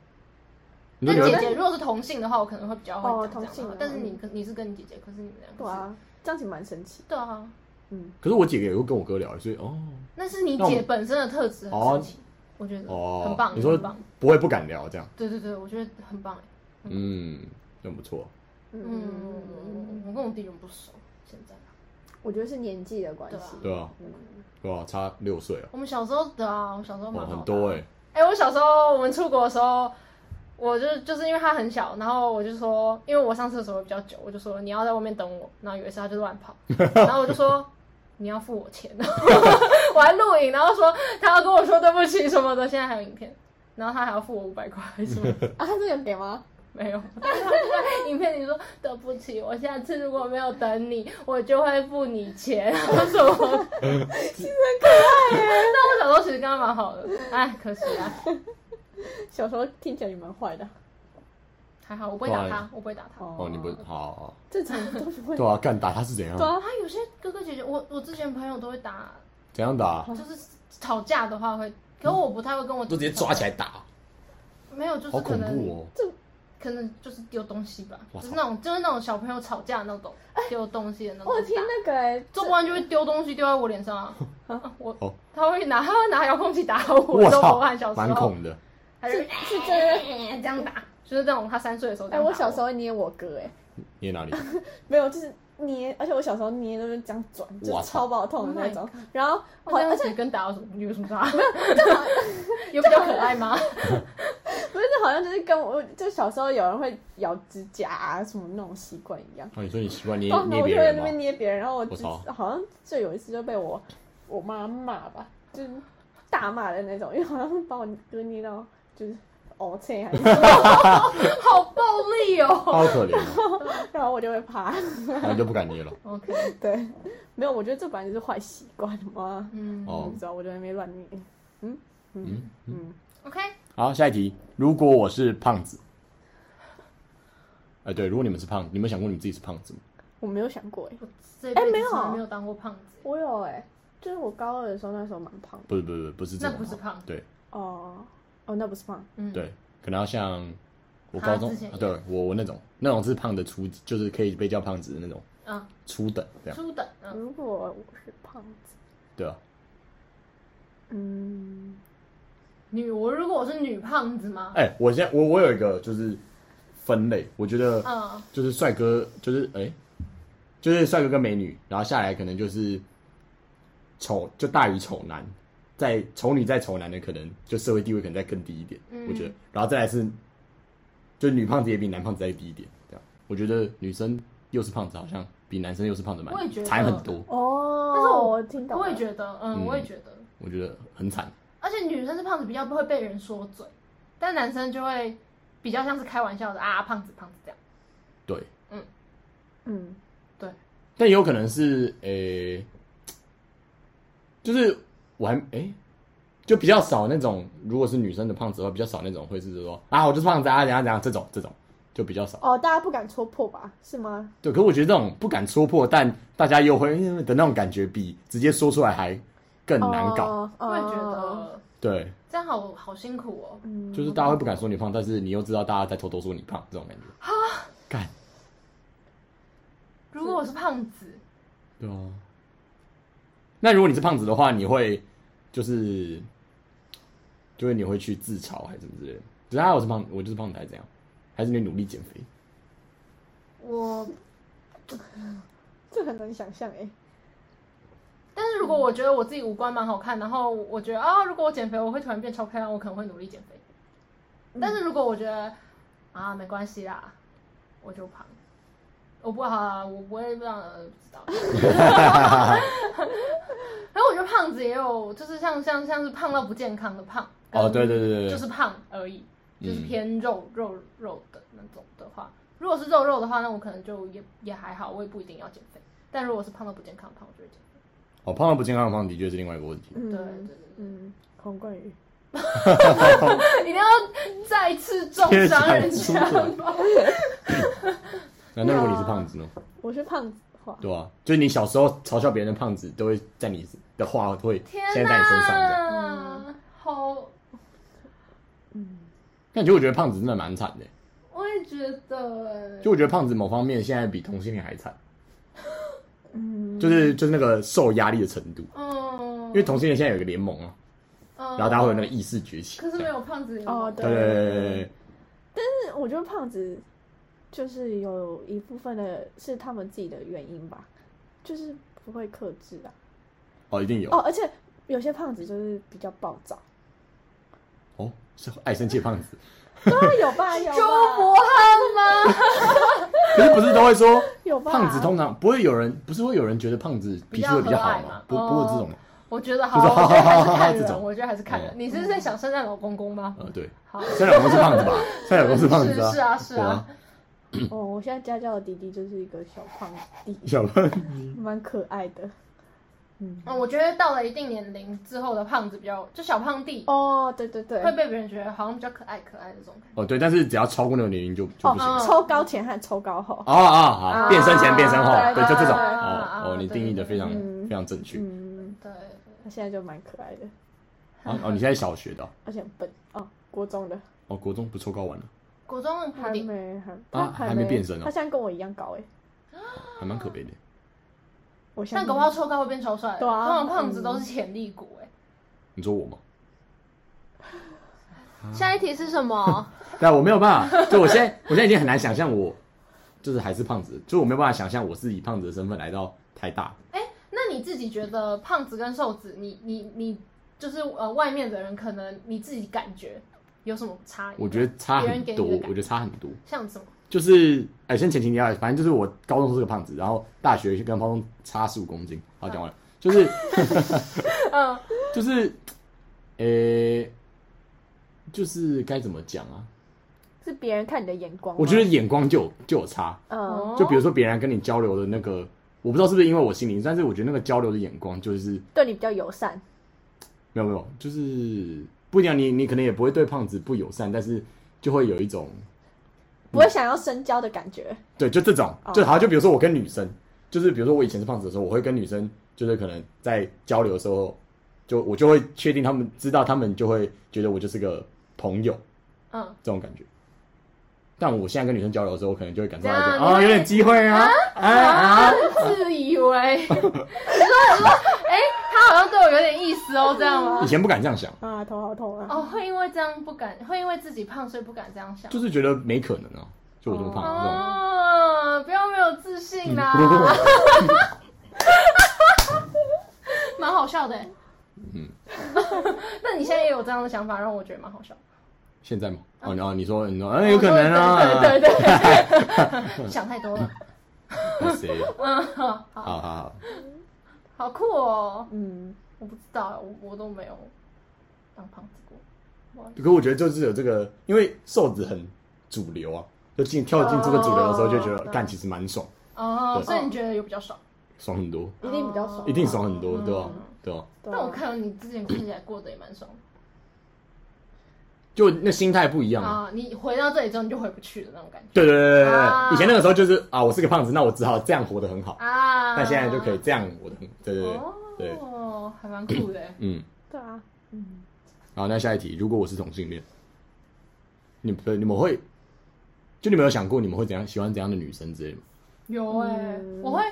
Speaker 2: 你说
Speaker 1: 但
Speaker 2: 你
Speaker 1: 姐
Speaker 2: 会
Speaker 1: 姐如果是同性的话，我可能会比较会
Speaker 3: 哦
Speaker 1: 讲这样
Speaker 3: 同性的
Speaker 1: 但是你跟你是跟你姐姐，可是你们两个
Speaker 3: 对
Speaker 1: 是，
Speaker 3: 啊，这样子蛮神奇。
Speaker 1: 对啊，
Speaker 3: 嗯，
Speaker 2: 可是我姐也会跟我哥聊，所以哦
Speaker 1: 那是你
Speaker 2: 那我
Speaker 1: 姐
Speaker 2: 们
Speaker 1: 本身的特质很神奇，我觉得
Speaker 2: 哦，
Speaker 1: 嗯很棒，
Speaker 2: 你说
Speaker 1: 很棒，
Speaker 2: 不会不敢聊这样，
Speaker 1: 对对对，我觉得很棒哎。
Speaker 2: 嗯，很不错。
Speaker 3: 嗯
Speaker 1: 嗯，我跟我弟人不熟，现在
Speaker 3: 我觉得是年纪的关系。嗯
Speaker 2: 对啊，对啊，差六岁啊，
Speaker 1: 我们小时候的啊，我小时候蛮
Speaker 2: 哇，
Speaker 1: 好的啊
Speaker 2: 很多哎、
Speaker 1: 哎、我小时候我们出国的时候，我就就是因为他很小，然后我就说，因为我上厕所比较久，我就说你要在外面等我。然后有一次他就乱跑，然后我就说你要付我钱， 然后我还录影，然后说他要跟我说对不起什么的，现在还有影片，然后他还要付我五百块什么的，
Speaker 3: 啊，他这个给吗？
Speaker 1: 没有， 但是他就在影片里说对不起，我下次如果没有等你，我就会付你钱， 然后什么，其实很可爱耶。 但我小时候其实跟他蛮好的，哎，可惜啊，
Speaker 3: 小时候听起来也蛮坏的，
Speaker 1: 还好我不会打
Speaker 2: 不好意
Speaker 1: 他
Speaker 2: 思，
Speaker 1: 我不会打他。
Speaker 2: 哦，你不好好，好
Speaker 3: 正常人都不会
Speaker 2: 对啊，干打他是怎样
Speaker 3: 对？啊
Speaker 1: 他有些哥哥姐姐，我我之前朋友都会打，
Speaker 2: 怎样打？
Speaker 1: 就是吵架的话会，可我不太会跟我
Speaker 2: 就直接抓起来打，
Speaker 1: 没有，就是
Speaker 2: 好
Speaker 1: 可
Speaker 2: 恐
Speaker 1: 能
Speaker 2: 怖哦！
Speaker 1: 可能就是丢东西吧，
Speaker 2: 哇
Speaker 1: 就
Speaker 2: 操
Speaker 1: 是那种就是那种小朋友吵架那种丢东西的那种打。
Speaker 3: 我听那个欸
Speaker 1: 做不完就会丢东西丢在我脸上啊！啊我
Speaker 2: 哦
Speaker 1: 他会拿他会拿遥控器打我，
Speaker 2: 我
Speaker 1: 这种我
Speaker 2: 操
Speaker 1: 看小，时
Speaker 2: 蛮
Speaker 1: 候，
Speaker 2: 恐的。
Speaker 1: 他就是
Speaker 3: 是真
Speaker 1: 这
Speaker 3: 的。
Speaker 1: 样打，就是那种他三岁的时候这
Speaker 3: 哎，
Speaker 1: 样打
Speaker 3: 我小时候捏我哥，哎，
Speaker 2: 捏哪里？
Speaker 3: 没有，就是捏，而且我小时候捏都是这样转，就
Speaker 2: 哇
Speaker 3: 是超爆痛的那种
Speaker 1: Oh。
Speaker 3: 然后
Speaker 1: 我这
Speaker 3: 好，
Speaker 1: 样
Speaker 3: 哦而且
Speaker 1: 子跟打有什么有什么差？ 有比较可爱吗？
Speaker 3: 不是，好像就是跟我就小时候有人会咬指甲啊什么那种习惯一样。
Speaker 2: 哦，你说你习惯捏
Speaker 3: 然后
Speaker 2: 捏
Speaker 3: 我
Speaker 2: 别
Speaker 3: 就在
Speaker 2: 人
Speaker 3: 那边
Speaker 2: 吗？
Speaker 3: 捏别人，然后我
Speaker 2: 我
Speaker 3: 就
Speaker 2: 操
Speaker 3: 好像就有一次就被我我妈骂吧，就是大骂的那种，因为好像是把我哥捏到就是哦切还是 什么，
Speaker 1: 好暴力哦
Speaker 2: 好可怜哦，
Speaker 3: 然后我就会怕。
Speaker 2: 然后你就不敢捏了。
Speaker 1: ！OK，
Speaker 3: 对，没有，我觉得这本来就是坏习惯嘛。
Speaker 1: 嗯
Speaker 3: 我
Speaker 2: 哦
Speaker 3: 不，知道，我就在那边乱捏。嗯嗯
Speaker 2: 嗯，
Speaker 3: 嗯，
Speaker 1: ，OK，
Speaker 2: 好，下一题。如果我是胖子，哎，对，如果你们是胖，你们想过你们自己是胖子吗？
Speaker 3: 我没有想过哎，
Speaker 1: 我这
Speaker 3: 哎
Speaker 1: 辈
Speaker 3: 没
Speaker 1: 子
Speaker 3: 有
Speaker 1: 从来没有当过胖子，
Speaker 3: 我有哎，就是我高二的时候，那时候蛮胖的。
Speaker 2: 不是，不是，不是不是这
Speaker 1: 那
Speaker 2: 种
Speaker 1: 不是胖
Speaker 2: 对
Speaker 3: 哦哦，那不是胖，
Speaker 1: 嗯，
Speaker 2: 对，可能要像我
Speaker 1: 他
Speaker 2: 高中
Speaker 1: 之前，也
Speaker 2: 啊对我我那种那种是胖的初，就是可以被叫胖子的那种
Speaker 1: 嗯，
Speaker 2: 初等这样，
Speaker 1: 初等，嗯，
Speaker 3: 如果我是胖子，
Speaker 2: 对啊，
Speaker 3: 嗯，
Speaker 1: 女我如果我是女胖子吗？
Speaker 2: 哎、我现在我我有一个就是分类，我觉得
Speaker 1: 嗯，
Speaker 2: 就是帅哥，就是哎、就是帅哥跟美女，然后下来可能就是丑，就大于丑男，在丑女在丑男的可能就社会地位可能再更低一点，
Speaker 1: 嗯
Speaker 2: 我觉得，然后再来是就是女胖子也比男胖子再低一点，这样，我觉得女生又是胖子，好像比男生又是胖子蛮
Speaker 1: 我也觉得
Speaker 2: 惨很多，
Speaker 3: 哦，
Speaker 1: 但是我
Speaker 3: 我听懂了，
Speaker 1: 我也觉得，嗯，
Speaker 2: 嗯
Speaker 1: 我也觉得，
Speaker 2: 我觉得很惨，
Speaker 1: 而且女生是胖子比较不会被人说嘴，但男生就会比较像是开玩笑的啊，胖子胖子这样。
Speaker 2: 对，
Speaker 3: 嗯，
Speaker 2: 但也有可能是诶、就是我还诶、就比较少那种，如果是女生的胖子的话，比较少那种会是说啊，我就是胖子啊，怎样怎样这种这种就比较少。
Speaker 3: 哦，大家不敢戳破吧？是吗？
Speaker 2: 对，可我觉得这种不敢戳破，但大家又会嗯的那种感觉，比直接说出来还更难搞。
Speaker 3: 哦，
Speaker 1: 我也觉
Speaker 3: 哦，
Speaker 1: 得
Speaker 2: 对，
Speaker 1: 这样好好辛苦哦。
Speaker 3: 嗯
Speaker 2: 就是大家会不敢说你胖，但是你又知道大家在偷偷说你胖，这种感觉。啊，干，
Speaker 1: 如果我是胖子，
Speaker 2: 对啊。那如果你是胖子的话，你会就是就是你会去自嘲还是什么之类的？只是啊，我是胖，我就是胖子还是怎样？还是你努力减肥？
Speaker 1: 我，
Speaker 3: 这很难想象哎，
Speaker 1: 但是如果我觉得我自己五官蛮好看，然后我觉得啊、如果我减肥，我会突然变超漂亮，我可能会努力减肥。
Speaker 2: 嗯
Speaker 1: 但是如果我觉得啊，没关系啦，我就胖，我不好、啊，我不会让呃不 知道。然后我觉得胖子也有，就是像像像是胖到不健康的胖，
Speaker 2: 哦，对对对对对，
Speaker 1: 嗯就是胖而已，就是
Speaker 2: 嗯
Speaker 1: 偏肉、肉肉的那种的话，如果是肉肉的话，那我可能就也也还好，我也不一定要减肥。但如果是胖到不健康的胖，我就会减肥。
Speaker 2: 哦，胖到不健康的胖的确是另外一个问题。
Speaker 3: 嗯
Speaker 1: 对对对对
Speaker 3: 嗯，孔冠宇，
Speaker 1: 对，一定要再次重伤人
Speaker 2: 切
Speaker 1: 家
Speaker 2: 菜出
Speaker 1: 吗？啊
Speaker 2: 那那如果你是胖子呢？
Speaker 3: 我是胖子的话，
Speaker 2: 对啊，就是你小时候嘲笑别人的胖子，都会在你的话会
Speaker 1: 天
Speaker 2: 现在在你身上的。
Speaker 1: 哪，好，
Speaker 3: 嗯，
Speaker 2: 但其实我觉得胖子真的蛮惨的，
Speaker 1: 我也觉得
Speaker 2: 就我觉得胖子某方面现在比同性恋还惨，
Speaker 3: 嗯，
Speaker 2: 就是就是那个受压力的程度。
Speaker 1: 嗯，
Speaker 2: 因为同性恋现在有一个联盟啊，
Speaker 1: 嗯，
Speaker 2: 然后大家会有那个意识崛起。
Speaker 1: 可是没
Speaker 2: 这样。
Speaker 1: 有胖子
Speaker 3: 哦
Speaker 2: 对对对对对，
Speaker 3: 但是我觉得胖子就是有一部分的是他们自己的原因吧，就是不会克制啊，
Speaker 2: 哦，一定有
Speaker 3: 哦，而且有些胖子就是比较暴躁，
Speaker 2: 哦，是爱生气的胖子，
Speaker 3: 对，啊有 吧，有吧
Speaker 1: 周伯汉吗？
Speaker 2: 可是不是都会说
Speaker 3: 有吧，
Speaker 2: 胖子通常不会有人，不是会有人觉得胖子脾气会比较好
Speaker 1: 比较和蔼嘛
Speaker 2: 吗？不不会有这种，
Speaker 1: 我觉得好，
Speaker 2: 就
Speaker 1: 我
Speaker 2: 是
Speaker 1: 觉得还是看
Speaker 2: 这种
Speaker 1: 人，我觉得还是看人
Speaker 2: 哦。
Speaker 1: 你是在想圣诞老公公吗？
Speaker 2: 呃，对，
Speaker 1: 哦好，
Speaker 2: 三老公是胖子 吧？三老公是胖子
Speaker 1: 是是啊是
Speaker 2: 对
Speaker 1: 啊
Speaker 2: 啊，
Speaker 3: 哦，我现在家教的弟弟就是一个小胖弟，
Speaker 2: 小胖子
Speaker 3: 蛮可爱的。
Speaker 2: 啊
Speaker 1: 嗯，我觉得到了一定年龄之后的胖子比较，就小胖弟
Speaker 3: 哦，对对对，
Speaker 1: 会被别人觉得好像比较可爱可爱的这种感觉。
Speaker 2: 哦，对，但是只要超过那个年龄就就不行。
Speaker 1: 哦
Speaker 2: 哦
Speaker 3: 抽高前和抽高后。
Speaker 2: 哦，
Speaker 3: 啊
Speaker 2: 好，变身前变身后，
Speaker 1: 啊
Speaker 2: 对，就这
Speaker 1: 对
Speaker 2: 种。
Speaker 1: 对
Speaker 2: 哦
Speaker 1: 对
Speaker 2: 哦，你定义的非常
Speaker 3: 对对对
Speaker 2: 非常正确。
Speaker 3: 嗯，
Speaker 1: 对，
Speaker 3: 他现在就蛮可爱的，
Speaker 2: 哦哦，你现在小学的哦
Speaker 3: 而且很笨哦，国中的
Speaker 2: 哦，国中不抽高完了，
Speaker 1: 国中的不
Speaker 3: 还
Speaker 1: 定，
Speaker 3: 没还
Speaker 2: 啊
Speaker 3: 他
Speaker 2: 还没变身哦
Speaker 3: 他现在跟我一样高哎，
Speaker 2: 还蛮可悲的。
Speaker 3: 我现在
Speaker 1: 但搞不好抽高会变超帅。
Speaker 3: 对啊
Speaker 1: 通常胖子都是潜力股哎。
Speaker 2: 你说我吗？啊
Speaker 1: 下一题是什么？
Speaker 2: 但啊我没有办法，就我现在， 我现在已经很难想象我就是还是胖子，就我没有办法想象我是以胖子的身份来到台大。
Speaker 1: 哎， 那你自己觉得胖子跟瘦子，你你你就是呃外面的人，可能你自己感觉有什么差异？
Speaker 2: 我觉得差
Speaker 1: 别人
Speaker 2: 很
Speaker 1: 给
Speaker 2: 多，
Speaker 1: 你的感
Speaker 2: 我觉得差很多。
Speaker 1: 像什么？
Speaker 2: 就是哎、先前情提要，反正就是我高中是个胖子，然后大学跟高中差十五公斤。好，讲完了，就是
Speaker 1: 嗯，
Speaker 2: 就是，呃、就是该怎么讲啊？
Speaker 3: 是别人看你的眼光吗，
Speaker 2: 我觉得眼光就有就有差，
Speaker 1: 哦
Speaker 3: 嗯，
Speaker 2: 就比如说别人跟你交流的那个，我不知道是不是因为我心灵，但是我觉得那个交流的眼光就是
Speaker 3: 对你比较友善，
Speaker 2: 没有没有，就是不一样。你你可能也不会对胖子不友善，但是就会有一种
Speaker 3: 不会想要深交的感觉，
Speaker 2: 对，就这种
Speaker 3: 哦，
Speaker 2: 就好像就比如说我跟女生，就是比如说我以前是胖子的时候，我会跟女生，就是可能在交流的时候，就我就会确定他们知道，他们就会觉得我就是个朋友
Speaker 1: 嗯，
Speaker 2: 这种感觉。但我现在跟女生交流的时候，我可能就会感受到一
Speaker 1: 这
Speaker 2: 种
Speaker 1: 样你
Speaker 2: 哦，
Speaker 1: 会
Speaker 2: 有点机会啊，哎啊，
Speaker 1: 自以为，你说你说，哎，他好像对我有点意思哦，这样吗
Speaker 2: 以？前不敢这样想，
Speaker 3: 啊，头好痛啊，
Speaker 1: 哦，会因为这样不敢，会因为自己胖所以不敢这样想。
Speaker 2: 就是觉得没可能啊，就我这么胖，嗯这种
Speaker 1: 哦，不要没有自信啊啦，蛮好笑的。嗯
Speaker 2: 嗯，
Speaker 1: 那你现在也有这样的想法，让我觉得蛮好笑。
Speaker 2: 现在吗？哦，你哦，你说你说，哎，有可能啊，
Speaker 1: 对对对对， 想太多了。
Speaker 2: 对，哎谁？啊
Speaker 1: 嗯，好好
Speaker 2: 好好好，
Speaker 1: 好酷哦！
Speaker 3: 嗯，
Speaker 1: 我不知道，我我都没有当胖子过。
Speaker 2: 可我觉得就是有这个，因为瘦子很主流啊，就进跳进这个主流的时候，就觉得
Speaker 1: 对
Speaker 2: 干其实蛮爽，
Speaker 1: 哦，
Speaker 2: 对
Speaker 1: 所以你觉得有比较少？
Speaker 2: 爽很多，
Speaker 3: 一定比较爽，
Speaker 2: 一定爽很多，对吧、
Speaker 1: 嗯
Speaker 2: 对吧、
Speaker 3: 对啊，
Speaker 1: 但我看到你之前看起来过得也蛮爽
Speaker 2: 就那心态不一
Speaker 1: 的
Speaker 2: 样啊。
Speaker 1: 啊，你回到这里之后你就回不去的那种感觉
Speaker 2: 对对对对对对
Speaker 1: 啊
Speaker 2: 以前那个时候就是啊，我是个胖子，那我只好这样活得很好。
Speaker 1: 啊。
Speaker 2: 那现在就可以这样活得很，对对对，对
Speaker 1: 哦，还蛮酷的。
Speaker 2: 嗯。
Speaker 3: 对啊，嗯，
Speaker 2: 好，那下一题，如果我是同性恋，你们你们会，就你们有想过你们会怎样喜欢怎样的女生之类的吗？
Speaker 1: 有哎、
Speaker 3: 嗯
Speaker 1: 我会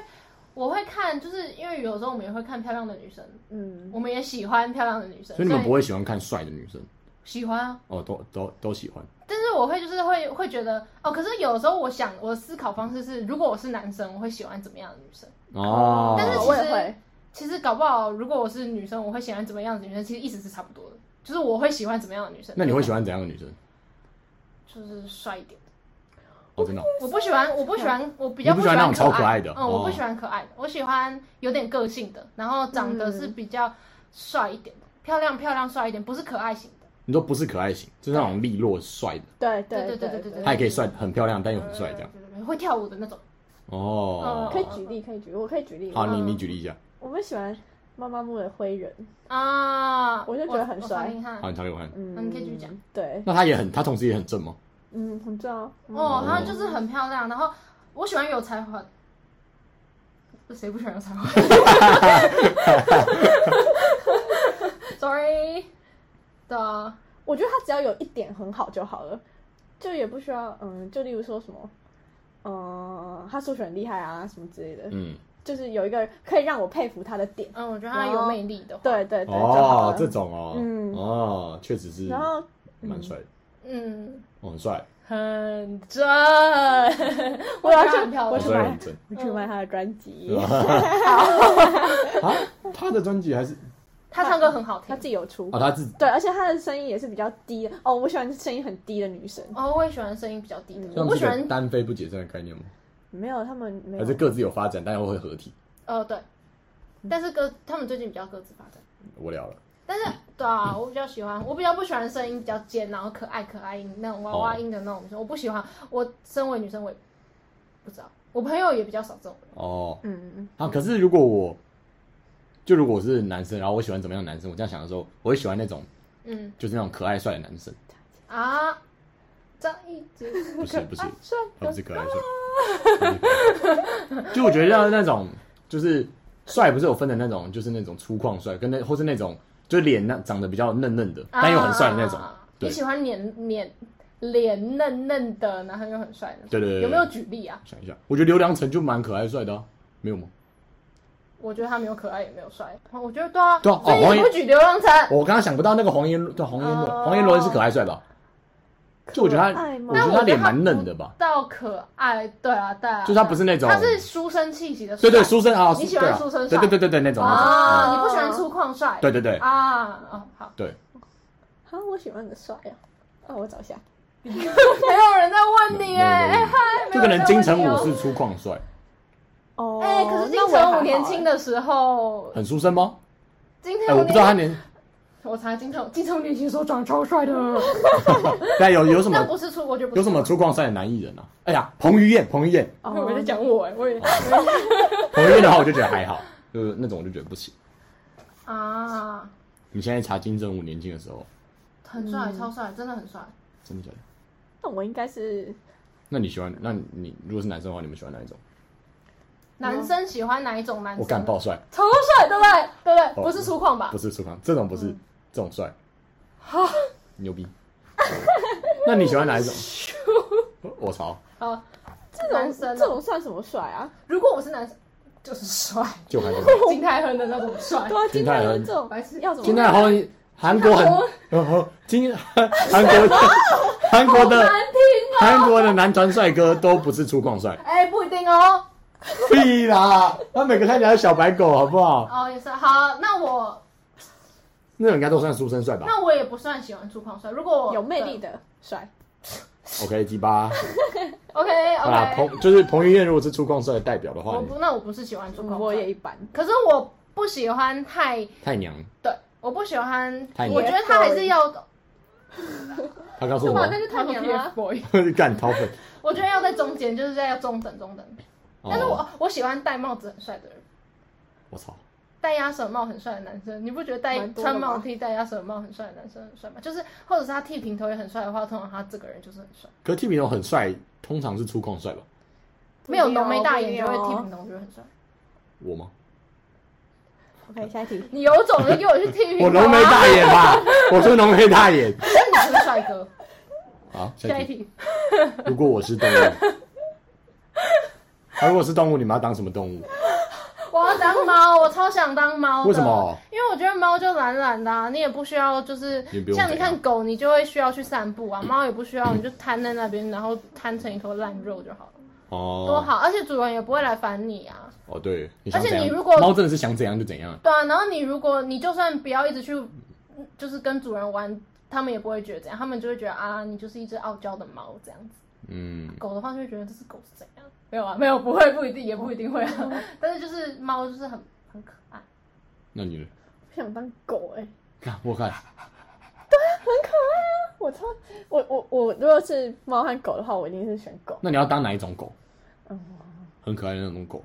Speaker 1: 我会看，就是因为有时候我们也会看漂亮的女生，
Speaker 3: 嗯，
Speaker 1: 我们也喜欢漂亮的女生，
Speaker 2: 所以你们不会喜欢看帅的女生
Speaker 1: 喜欢啊。
Speaker 2: 哦，都都都喜欢。
Speaker 1: 但是我会就是会会觉得哦，可是有时候我想我的思考方式是，如果我是男生，我会喜欢怎么样的女生？
Speaker 2: 哦，
Speaker 1: 但是其
Speaker 3: 我
Speaker 1: 实
Speaker 3: 也会，
Speaker 1: 其实搞不好，如果我是女生，我会喜欢怎么样的女生？其实意思是差不多的，就是我会喜欢怎么样的女生？
Speaker 2: 那你会喜欢怎样的女生？
Speaker 1: 就是帅一点的。
Speaker 2: 哦，真的哦、
Speaker 1: 我不喜欢，我不喜欢，我比
Speaker 2: 你
Speaker 1: 较
Speaker 2: 不喜
Speaker 1: 喜
Speaker 2: 欢那种
Speaker 1: 可
Speaker 2: 超可爱的
Speaker 1: 嗯，我不
Speaker 2: 哦
Speaker 1: 喜欢可爱的，我喜欢有点个性的，然后长得是
Speaker 3: 嗯
Speaker 1: 比较帅一点的，漂亮漂亮帅一点，不是可爱型的。
Speaker 2: 你说不是可爱型，就是那种利落帅的，
Speaker 3: 对
Speaker 1: 对对
Speaker 3: 对
Speaker 1: 对
Speaker 3: 对
Speaker 1: 对对
Speaker 2: 他也可以帅很漂
Speaker 1: 哎
Speaker 2: 亮，但又很帅这样。
Speaker 1: 对对呃对会跳舞的那种。
Speaker 2: 哦，
Speaker 3: 嗯可以举例，可以举例，我可以举例，
Speaker 2: 好，你
Speaker 1: 嗯
Speaker 2: 你举例一下，
Speaker 3: 我们喜欢妈妈木的灰人，
Speaker 1: 啊，
Speaker 3: 我就觉得很帅
Speaker 1: 我我超厉害
Speaker 2: 好，你查给我看。
Speaker 3: 嗯，
Speaker 1: 你可以继续讲，
Speaker 3: 对，
Speaker 2: 那他也很，他同时也很正吗？
Speaker 3: 嗯，很重要，
Speaker 1: 哦，
Speaker 2: 嗯
Speaker 1: 她就是很漂亮，然后我喜欢有才华。谁不喜欢有才华 ？Sorry 啊的，
Speaker 3: 我觉得他只要有一点很好就好了，就也不需要，嗯，就例如说什么，嗯，他数学很厉害啊，什么之类的，
Speaker 2: 嗯，
Speaker 3: 就是有一个可以让我佩服他的点，
Speaker 1: 嗯，我觉得她有魅力的话，
Speaker 3: 对对对，就好
Speaker 2: 哦
Speaker 3: 了，
Speaker 2: 这种哦，
Speaker 3: 嗯
Speaker 2: 哦，确实是
Speaker 3: 然后
Speaker 2: 蛮帅的，
Speaker 1: 嗯，
Speaker 2: 哦，很帅，
Speaker 1: 很正，
Speaker 3: 我要
Speaker 1: 觉
Speaker 3: 去
Speaker 1: 得很漂
Speaker 3: 我
Speaker 2: 哦
Speaker 3: 去
Speaker 2: 虽然
Speaker 3: 买
Speaker 2: 很正。
Speaker 3: 我去买他的专 辑，
Speaker 2: 啊，他的专辑还是
Speaker 1: 她唱歌很好
Speaker 3: 他
Speaker 1: 听
Speaker 3: 自。己有出
Speaker 2: 啊，，他自己
Speaker 3: 对，而且他的声音也是比较低的，哦，我喜欢声音很低的女生，
Speaker 1: 哦，我也喜欢声音比较低的，我
Speaker 2: 像
Speaker 1: 不
Speaker 2: 这
Speaker 1: 喜欢
Speaker 2: 个单飞不解散的概念吗？
Speaker 3: 没有，他们没
Speaker 2: 还
Speaker 3: 有
Speaker 2: 是，各自有发展，但又会合体？
Speaker 1: 呃对，但是各他们最近比较各自发展。
Speaker 2: 无聊了。
Speaker 1: 但是对啊，我比较喜欢，我比较不喜欢声音比较尖，然后可爱可爱音那种娃娃音的那种女生，我不喜欢。我身为女生，我也不知道，我朋友也比较少这种人。
Speaker 2: 哦，
Speaker 3: 嗯，
Speaker 2: 啊，可是如果我，就如果我是男生，然后我喜欢怎么样的男生，我这样想的时候，我会喜欢那种
Speaker 1: 嗯
Speaker 2: 就是那种可爱帅的 男生，
Speaker 1: 啊，张一杰
Speaker 2: 不是不是，
Speaker 1: 帅
Speaker 2: 他不是可 爱帅，就我觉得像那种就是帅不是有分的那种，就是那种粗犷帅，跟那或是那种就脸那长得比较嫩嫩的，但又很帅的那种。
Speaker 1: 啊
Speaker 2: 对
Speaker 1: 你喜欢脸脸脸嫩嫩的，然后又很帅的，
Speaker 2: 对对对对，
Speaker 1: 有没有举例啊？
Speaker 2: 想一下？我觉得刘良辰就蛮可爱帅的、啊，没有吗？
Speaker 1: 我觉得他没有可爱，也没有帅。我觉得对啊，
Speaker 2: 对啊
Speaker 1: 所以
Speaker 2: 哦黄
Speaker 1: 你
Speaker 2: 奕
Speaker 1: 不举刘浪成，
Speaker 2: 我刚刚想不到那个黄颜对黄颜罗，
Speaker 1: 哦
Speaker 2: 黄颜罗是可爱帅吧？就我觉得
Speaker 3: 可
Speaker 2: 他，
Speaker 3: 爱吗
Speaker 2: 我觉得他脸蛮嫩的吧，
Speaker 1: 到可爱，对啊，对啊，
Speaker 2: 就是他不是那种
Speaker 1: 他是书生气息的帅，
Speaker 2: 对对书生啊，
Speaker 1: 你喜欢
Speaker 2: 对啊
Speaker 1: 书生帅
Speaker 2: 对对对对对那种那
Speaker 1: 啊，
Speaker 2: 种，
Speaker 3: 哦
Speaker 1: 你不喜欢粗犷帅，
Speaker 2: 对对对
Speaker 1: 啊，哦好，
Speaker 2: 对，
Speaker 3: 啊，我喜欢的帅啊，啊，我找一下，
Speaker 1: 没有人在问你
Speaker 2: 没有没有
Speaker 1: 哎
Speaker 2: 没有
Speaker 1: 哎嗨，
Speaker 2: 就可能金城
Speaker 1: 没有人
Speaker 2: 武
Speaker 1: 在问你
Speaker 2: 是
Speaker 1: 哦
Speaker 2: 粗犷帅，
Speaker 3: 哦，
Speaker 1: 哎，可是金城武年轻的时候，
Speaker 2: 很书生吗？
Speaker 1: 金
Speaker 2: 哎，
Speaker 1: 城武
Speaker 2: 我不知道他
Speaker 1: 年
Speaker 2: 年，
Speaker 1: 轻，我查金城武金城武年轻的时候长得超帅的，
Speaker 2: 但哎有有什
Speaker 1: 那
Speaker 2: 么
Speaker 1: 不是粗，我觉得不是
Speaker 2: 有什么粗犷帅的男艺人啊？哎呀，彭于晏，彭 于晏，
Speaker 3: 那
Speaker 1: 我以为在
Speaker 3: 我
Speaker 1: 讲我哎，我以为
Speaker 2: 彭于晏的话我就觉得还好，就是那种我就觉得不行。
Speaker 1: 啊，
Speaker 2: 你现在查金城武年轻的时候，
Speaker 1: 很帅，超帅，真的很帅。
Speaker 2: 真的假的？
Speaker 3: 那我应该是
Speaker 2: 那你喜欢？那你你如果是男生的话，你们喜欢哪一种？
Speaker 1: 男生喜欢哪一种男生？啊
Speaker 2: 我敢爆帅，
Speaker 1: 超帅，对不对？对不对？
Speaker 2: 哦
Speaker 1: 不是粗犷吧
Speaker 2: 不？是粗犷，这种不是
Speaker 1: 嗯
Speaker 2: 这 种帅，牛逼。 那你喜 欢哪一种？我操，
Speaker 1: 啊，
Speaker 3: 这
Speaker 1: 男
Speaker 3: 种
Speaker 1: 生啊
Speaker 3: 这种算什么帅啊？
Speaker 1: 如果我是男生，就是帅，
Speaker 2: 就韩国。
Speaker 1: 金泰亨的那种帅
Speaker 3: 对。啊，金
Speaker 2: 金泰
Speaker 3: 泰
Speaker 2: 亨
Speaker 3: 亨这种
Speaker 1: 白痴
Speaker 3: 要怎么？
Speaker 2: 现在好像韩国很， 哦今韩国的 韩国的
Speaker 1: 难听啊！
Speaker 2: 韩国的男团帅哥都不是粗犷帅，
Speaker 1: 哎，不一定哦。
Speaker 2: 屁啦！他每个看起来是小白狗，好不好？
Speaker 1: 哦，也是。好，那我
Speaker 2: 那种应该都算书生帅吧
Speaker 1: 那我也不算喜欢粗犷帅。如果我
Speaker 3: 有魅力的帅，
Speaker 2: ？OK，鸡巴
Speaker 1: ，OK
Speaker 2: 好啦，
Speaker 1: OK，
Speaker 2: 彭就是彭于晏，如果是粗犷帅的代表的话
Speaker 1: 我，
Speaker 2: 你
Speaker 1: 不，那我不是喜欢粗犷帅，
Speaker 3: 嗯我也一般。
Speaker 1: 可是我不喜欢太
Speaker 2: 太娘。
Speaker 1: 对，我不喜欢，
Speaker 2: 太娘
Speaker 1: 我觉得他还是要
Speaker 2: 他刚
Speaker 3: 对
Speaker 2: 说什么
Speaker 3: 吧？那？就太娘了。
Speaker 2: 干掏粉。
Speaker 1: 啊我觉得要在中间，就是在要中等中等。但是
Speaker 2: 哦
Speaker 1: 我我喜欢戴帽子很帅的人。
Speaker 2: 我操，
Speaker 1: 戴鸭舌帽很帅的男生，你不觉得戴
Speaker 3: 蛮多的
Speaker 1: 穿
Speaker 3: 吧
Speaker 1: 毛 T 戴鸭舌帽很帅的男生很帅吗？就是或者是他剃平头也很帅的话，通常他这个人就是很帅，
Speaker 2: 可剃平头很帅，通常是粗犷帅吧？
Speaker 1: 没有
Speaker 3: 不一定哦
Speaker 1: 浓眉大眼就
Speaker 3: 不
Speaker 1: 会
Speaker 3: 一
Speaker 1: 剃
Speaker 3: 定哦
Speaker 1: 平头，我觉得很帅。
Speaker 2: 我吗？
Speaker 3: OK，下一题。
Speaker 1: 你有种就给我去剃平头、啊，
Speaker 2: 我浓眉大 眼吧， 我是浓眉大眼。
Speaker 1: 那你是帅哥。
Speaker 2: 好，
Speaker 1: 下
Speaker 2: 下
Speaker 1: 一
Speaker 2: 一题。
Speaker 1: 题，
Speaker 2: 如果我是动物， 啊，如果是动物，你们要当什么动物？
Speaker 1: 我要当猫，我超想当猫的。
Speaker 2: 为什么？
Speaker 1: 因为我觉得猫就懒懒的啊、你也不需要就是
Speaker 2: 也不用
Speaker 1: 像你
Speaker 2: 怎样
Speaker 1: 看狗，你就会需要去散步啊， 猫也不需要，你就瘫在那边，然后瘫成一坨烂肉就好了，
Speaker 2: 哦，
Speaker 1: 多好！而且主人也不会来烦你啊。
Speaker 2: 哦，对，你想
Speaker 1: 而且
Speaker 2: 怎样
Speaker 1: 你如果
Speaker 2: 猫真的是想怎样就怎样，
Speaker 1: 对啊，然后你如果你就算不要一直去，就是跟主人玩，他们也不会觉得怎样，他们就会觉得啊，你就是一只傲娇的猫这样子。
Speaker 2: 嗯，
Speaker 1: 狗的话就会觉得这只狗是怎样？没有啊，没有，不会，不一定，也不一定会啊。但是就是猫就是很很可爱，
Speaker 2: 那你呢？
Speaker 3: 我想当狗哎、
Speaker 2: 看我看，
Speaker 3: 我超我我我，如果是猫和狗的话，我一定是选狗。
Speaker 2: 那你要当哪一种狗？
Speaker 3: 嗯
Speaker 2: 很可爱的那种狗，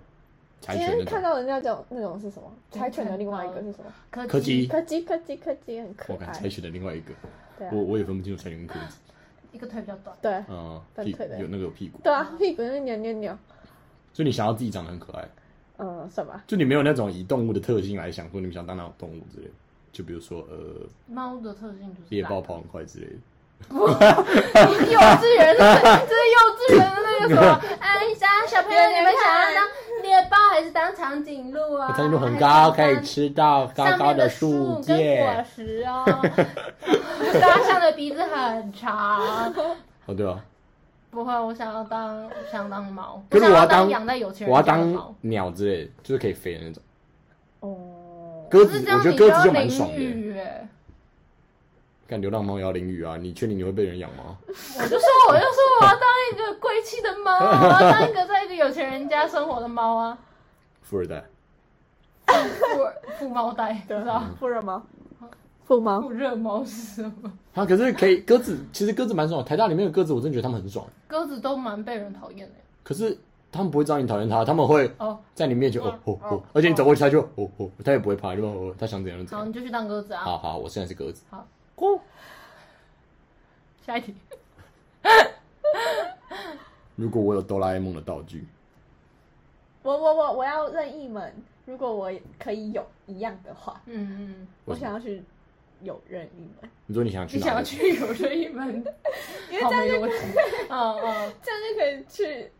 Speaker 2: 柴
Speaker 3: 今
Speaker 2: 犬
Speaker 3: 天
Speaker 2: 那
Speaker 3: 看
Speaker 1: 嗯
Speaker 2: 种。
Speaker 3: 到人家讲那种是什么？柴犬的另外一个是什么？
Speaker 1: 柯
Speaker 2: 柯基，
Speaker 3: 柯基，柯基，柯基很可
Speaker 2: 我看
Speaker 3: 爱
Speaker 1: 哎
Speaker 2: 柴。犬的另外一个，
Speaker 3: 对啊
Speaker 2: 我，我也分不清楚柴犬跟柯基。
Speaker 1: 一个腿比较短，
Speaker 3: 对啊
Speaker 2: 嗯，
Speaker 3: 分
Speaker 2: 屁
Speaker 3: 腿的
Speaker 2: 有那个有屁股，
Speaker 3: 对啊，屁股那扭扭扭，
Speaker 2: 所以你想要自己长得很可爱，
Speaker 3: 嗯，什么？
Speaker 2: 就你没有那种以动物的特性来想说你们想当哪种动物之类的，就比如说呃
Speaker 1: 猫的特性就是
Speaker 2: 猎豹 跑很快之类的。
Speaker 1: 哦幼稚园 的，这是幼稚园的那个什么？ 哎，小小朋友，你们想要当猎豹还是当长颈鹿啊？
Speaker 2: 它长颈鹿很高，可
Speaker 1: 还是
Speaker 2: 以
Speaker 1: 当
Speaker 2: 吃到高
Speaker 1: 上
Speaker 2: 高
Speaker 1: 面的
Speaker 2: 树
Speaker 1: 跟果
Speaker 2: 叶。
Speaker 1: 实哦。 大象的鼻子很长。
Speaker 2: 哦，对啊，
Speaker 1: 不会，我想要当，我想当猫。
Speaker 2: 可是我
Speaker 1: 想
Speaker 2: 要
Speaker 1: 当
Speaker 2: 当
Speaker 1: 养在有钱
Speaker 2: 我要
Speaker 1: 人家的
Speaker 2: 当
Speaker 1: 猫。
Speaker 2: 鸟之类的，就是可以飞的那种。
Speaker 3: 哦，
Speaker 1: 可
Speaker 2: 鸽子
Speaker 1: 是，这样
Speaker 2: 我觉得
Speaker 1: 你就
Speaker 2: 鸽子
Speaker 1: 要
Speaker 2: 就
Speaker 1: 淋
Speaker 2: 蛮爽的。
Speaker 1: 雨耶
Speaker 2: 看流浪猫也要淋雨啊，你确定你会被人养吗？
Speaker 1: 我就说，我就说我要当一个贵气的 啊猫，我要当一个在一个有钱人家生活的猫啊。
Speaker 2: 富二代，
Speaker 1: 富富猫呆，不知道
Speaker 3: 富热吗？富吗？
Speaker 1: 富热猫是什么？
Speaker 2: 啊，可是可以鸽子，其实鸽子蛮爽的。台大里面的鸽子，我真的觉得他们很爽。
Speaker 1: 鸽子都蛮被人讨厌的。
Speaker 2: 可是他们不会知道你讨厌他，他们会
Speaker 1: 哦，
Speaker 2: 在你面前哦哦
Speaker 1: 哦
Speaker 2: 哦，而且你走过去他就哦哦，他也不会怕，就哦他想怎样
Speaker 3: 嗯
Speaker 2: 就怎
Speaker 1: 好，
Speaker 2: 样。
Speaker 1: 你就去当鸽子啊。
Speaker 2: 好好，我现在是鸽子。
Speaker 1: 好，
Speaker 2: 哦，
Speaker 1: 下一题。
Speaker 2: 如果我有哆啦 A 梦的道具，
Speaker 3: 我我我我要任意门，如果我可以有一样的话，
Speaker 1: 嗯嗯，
Speaker 2: 为
Speaker 3: 我
Speaker 2: 什么
Speaker 3: 想要去有任意门，
Speaker 2: 你说你想去
Speaker 1: 你
Speaker 2: 哪？
Speaker 1: 想要？去有这一门？
Speaker 3: 因为
Speaker 1: 好
Speaker 3: 这样
Speaker 1: 没
Speaker 3: 就
Speaker 1: 有问 题。嗯嗯，
Speaker 3: 这样就可以去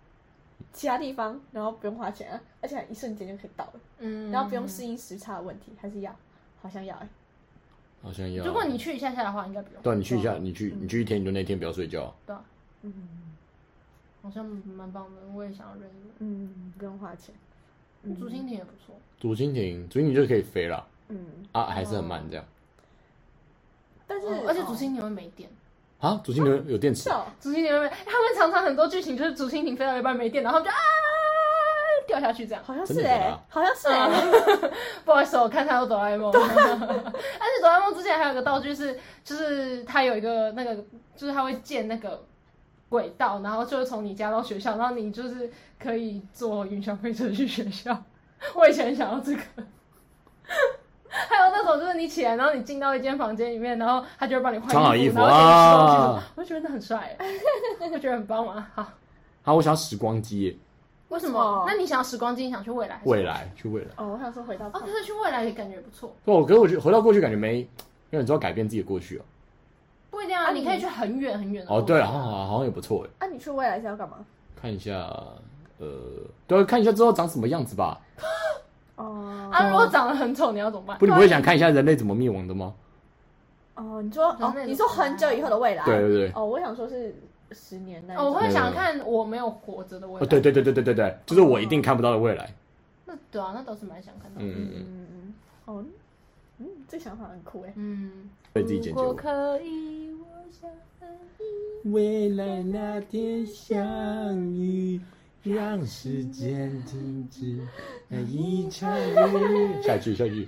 Speaker 3: 其他地方，然后不用花钱啊，而且一瞬间就可以到了，
Speaker 1: 嗯，
Speaker 3: 然后不用适应时差的问题，还是要，好像要、欸。
Speaker 2: 好像
Speaker 3: 哦
Speaker 2: 要。
Speaker 1: 如果你去一哦嗯下下的话，应该不用。
Speaker 2: 对，你去一下，你去你去一天，你就那天不要睡觉。
Speaker 1: 对啊，
Speaker 3: 嗯
Speaker 1: 好像蛮棒的，我也想要认一
Speaker 3: 嗯，不用花钱。
Speaker 1: 门。竹蜻蜓也不错，
Speaker 2: 竹蜻蜓，竹蜻蜓就可以飞了
Speaker 3: 嗯，
Speaker 2: 啊，还是很慢
Speaker 1: 哦
Speaker 2: 这样
Speaker 3: 但是、
Speaker 1: 哦而且竹蜻蜓会没电。
Speaker 2: 啊。竹蜻蜓有电池
Speaker 3: 是，哦，
Speaker 1: 竹蜻蜓会没，他们常常很多剧情就是竹蜻蜓飞到一半没电，然后他们就啊掉下去这样。
Speaker 3: 好像是
Speaker 2: 真的
Speaker 3: 哎、
Speaker 2: 假的啊
Speaker 3: 好像是哎、
Speaker 1: 嗯不好意思，我看他有哆啦 A 梦。 而且哆啦 A 梦之前还有个道具是，就是他有一个那个，就是他会建那个轨道，然后就是从你家到学校，然后你就是可以坐云霄飞车去学校。 我以前很想要这个。 还有那种就是你起来，然后你进到一间房间里面，然后他就会帮你换
Speaker 2: 穿好
Speaker 1: 衣
Speaker 2: 衣服
Speaker 1: 然后给你收
Speaker 2: 啊
Speaker 1: 去什么我就觉得那很帅， 我觉得很棒嘛。好，
Speaker 2: 啊，我想要时光机耶，
Speaker 1: 为什么
Speaker 3: 么？
Speaker 1: 那你想要时光机，你想去未来？
Speaker 2: 未。来去未来。
Speaker 3: 哦，我想说回到
Speaker 1: 哦，
Speaker 3: 胖
Speaker 1: 可是去未来也感觉不错，
Speaker 2: 对，我可是我觉得回到过去感觉没，因为你知道改变自己的过去哦。
Speaker 1: 不一定啊，
Speaker 3: 啊
Speaker 1: 你
Speaker 3: 你
Speaker 1: 可以去很远很远的。
Speaker 2: 哦，对了，好像好像好像也不错哎，
Speaker 3: 啊，你去未来是要干嘛？
Speaker 2: 看一下，呃，对，看一下之后长什么样子吧。
Speaker 3: 哦、
Speaker 1: 啊，如果长得很丑，你要怎么办？
Speaker 2: 不，你不会想看一下人类怎么灭亡的吗？
Speaker 3: 哦，你说
Speaker 1: 人
Speaker 3: 哦
Speaker 1: 类，的
Speaker 3: 你说很久以后的未来？
Speaker 2: 对对对。
Speaker 3: 哦，我想说是十年那一
Speaker 1: 哦，我
Speaker 3: 种。
Speaker 1: 会想看我没有活着的未来。
Speaker 2: 哦，对对对对对对对，就是我一定看不到的未来。
Speaker 1: 那对啊，那倒是蛮想看到的。
Speaker 2: 嗯嗯嗯，
Speaker 3: 嗯嗯哦，嗯，这想法很酷哎。
Speaker 1: 嗯，
Speaker 2: 被自己
Speaker 1: 如
Speaker 2: 解
Speaker 1: 果
Speaker 2: 决。
Speaker 1: 可以，我想和你
Speaker 2: 未来那天相遇，让时间停止那一场雨。下一句，下一句，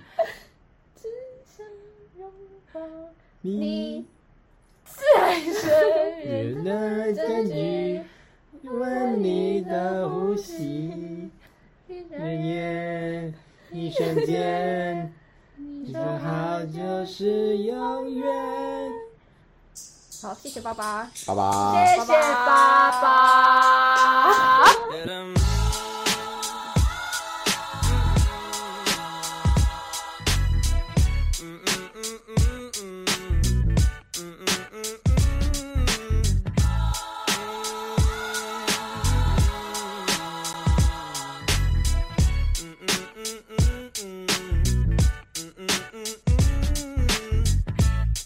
Speaker 3: 拥抱
Speaker 2: 你
Speaker 3: 在身
Speaker 2: 越
Speaker 3: 边
Speaker 2: 来的雨，吻你的呼吸。日夜，一瞬间，你说好就是永远。
Speaker 3: 好，谢谢爸爸。
Speaker 2: 拜拜。
Speaker 4: 谢谢爸爸。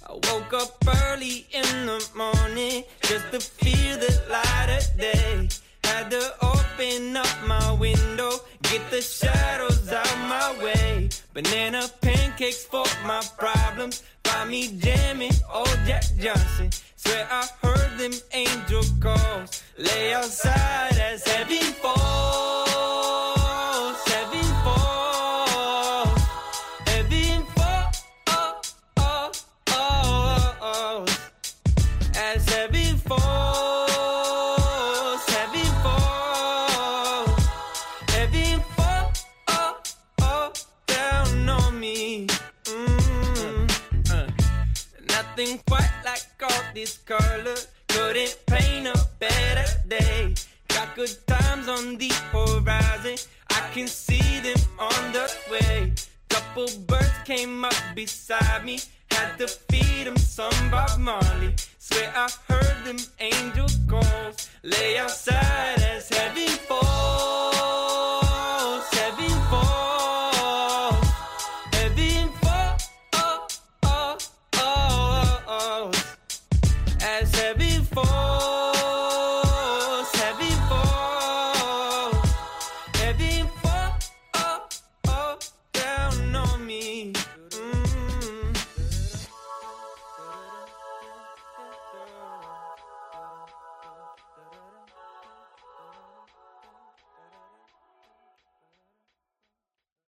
Speaker 5: I woke up early in the morning just to feel the light of day. Had to open up my window, get the shadows out my way. Banana pancakes for my problems. Find me jamming, old Jack Johnson. Swear I heard them angel calls. Lay outside as heaven falls, heaven falls. Heaven falls, as heaven falls, heaven falls, heaven falls down on me. Mm, uh. Nothing quite like all this color. Couldn't paint a better day. Got good times on the horizon. I can see them on the way. Couple birds came up beside me. Had to feed them some Bob Marley. Swear I heard them angel calls. Lay outside as heaven falls. Heaven falls. Heaven oh, falls as heaven falls. oh, Mm.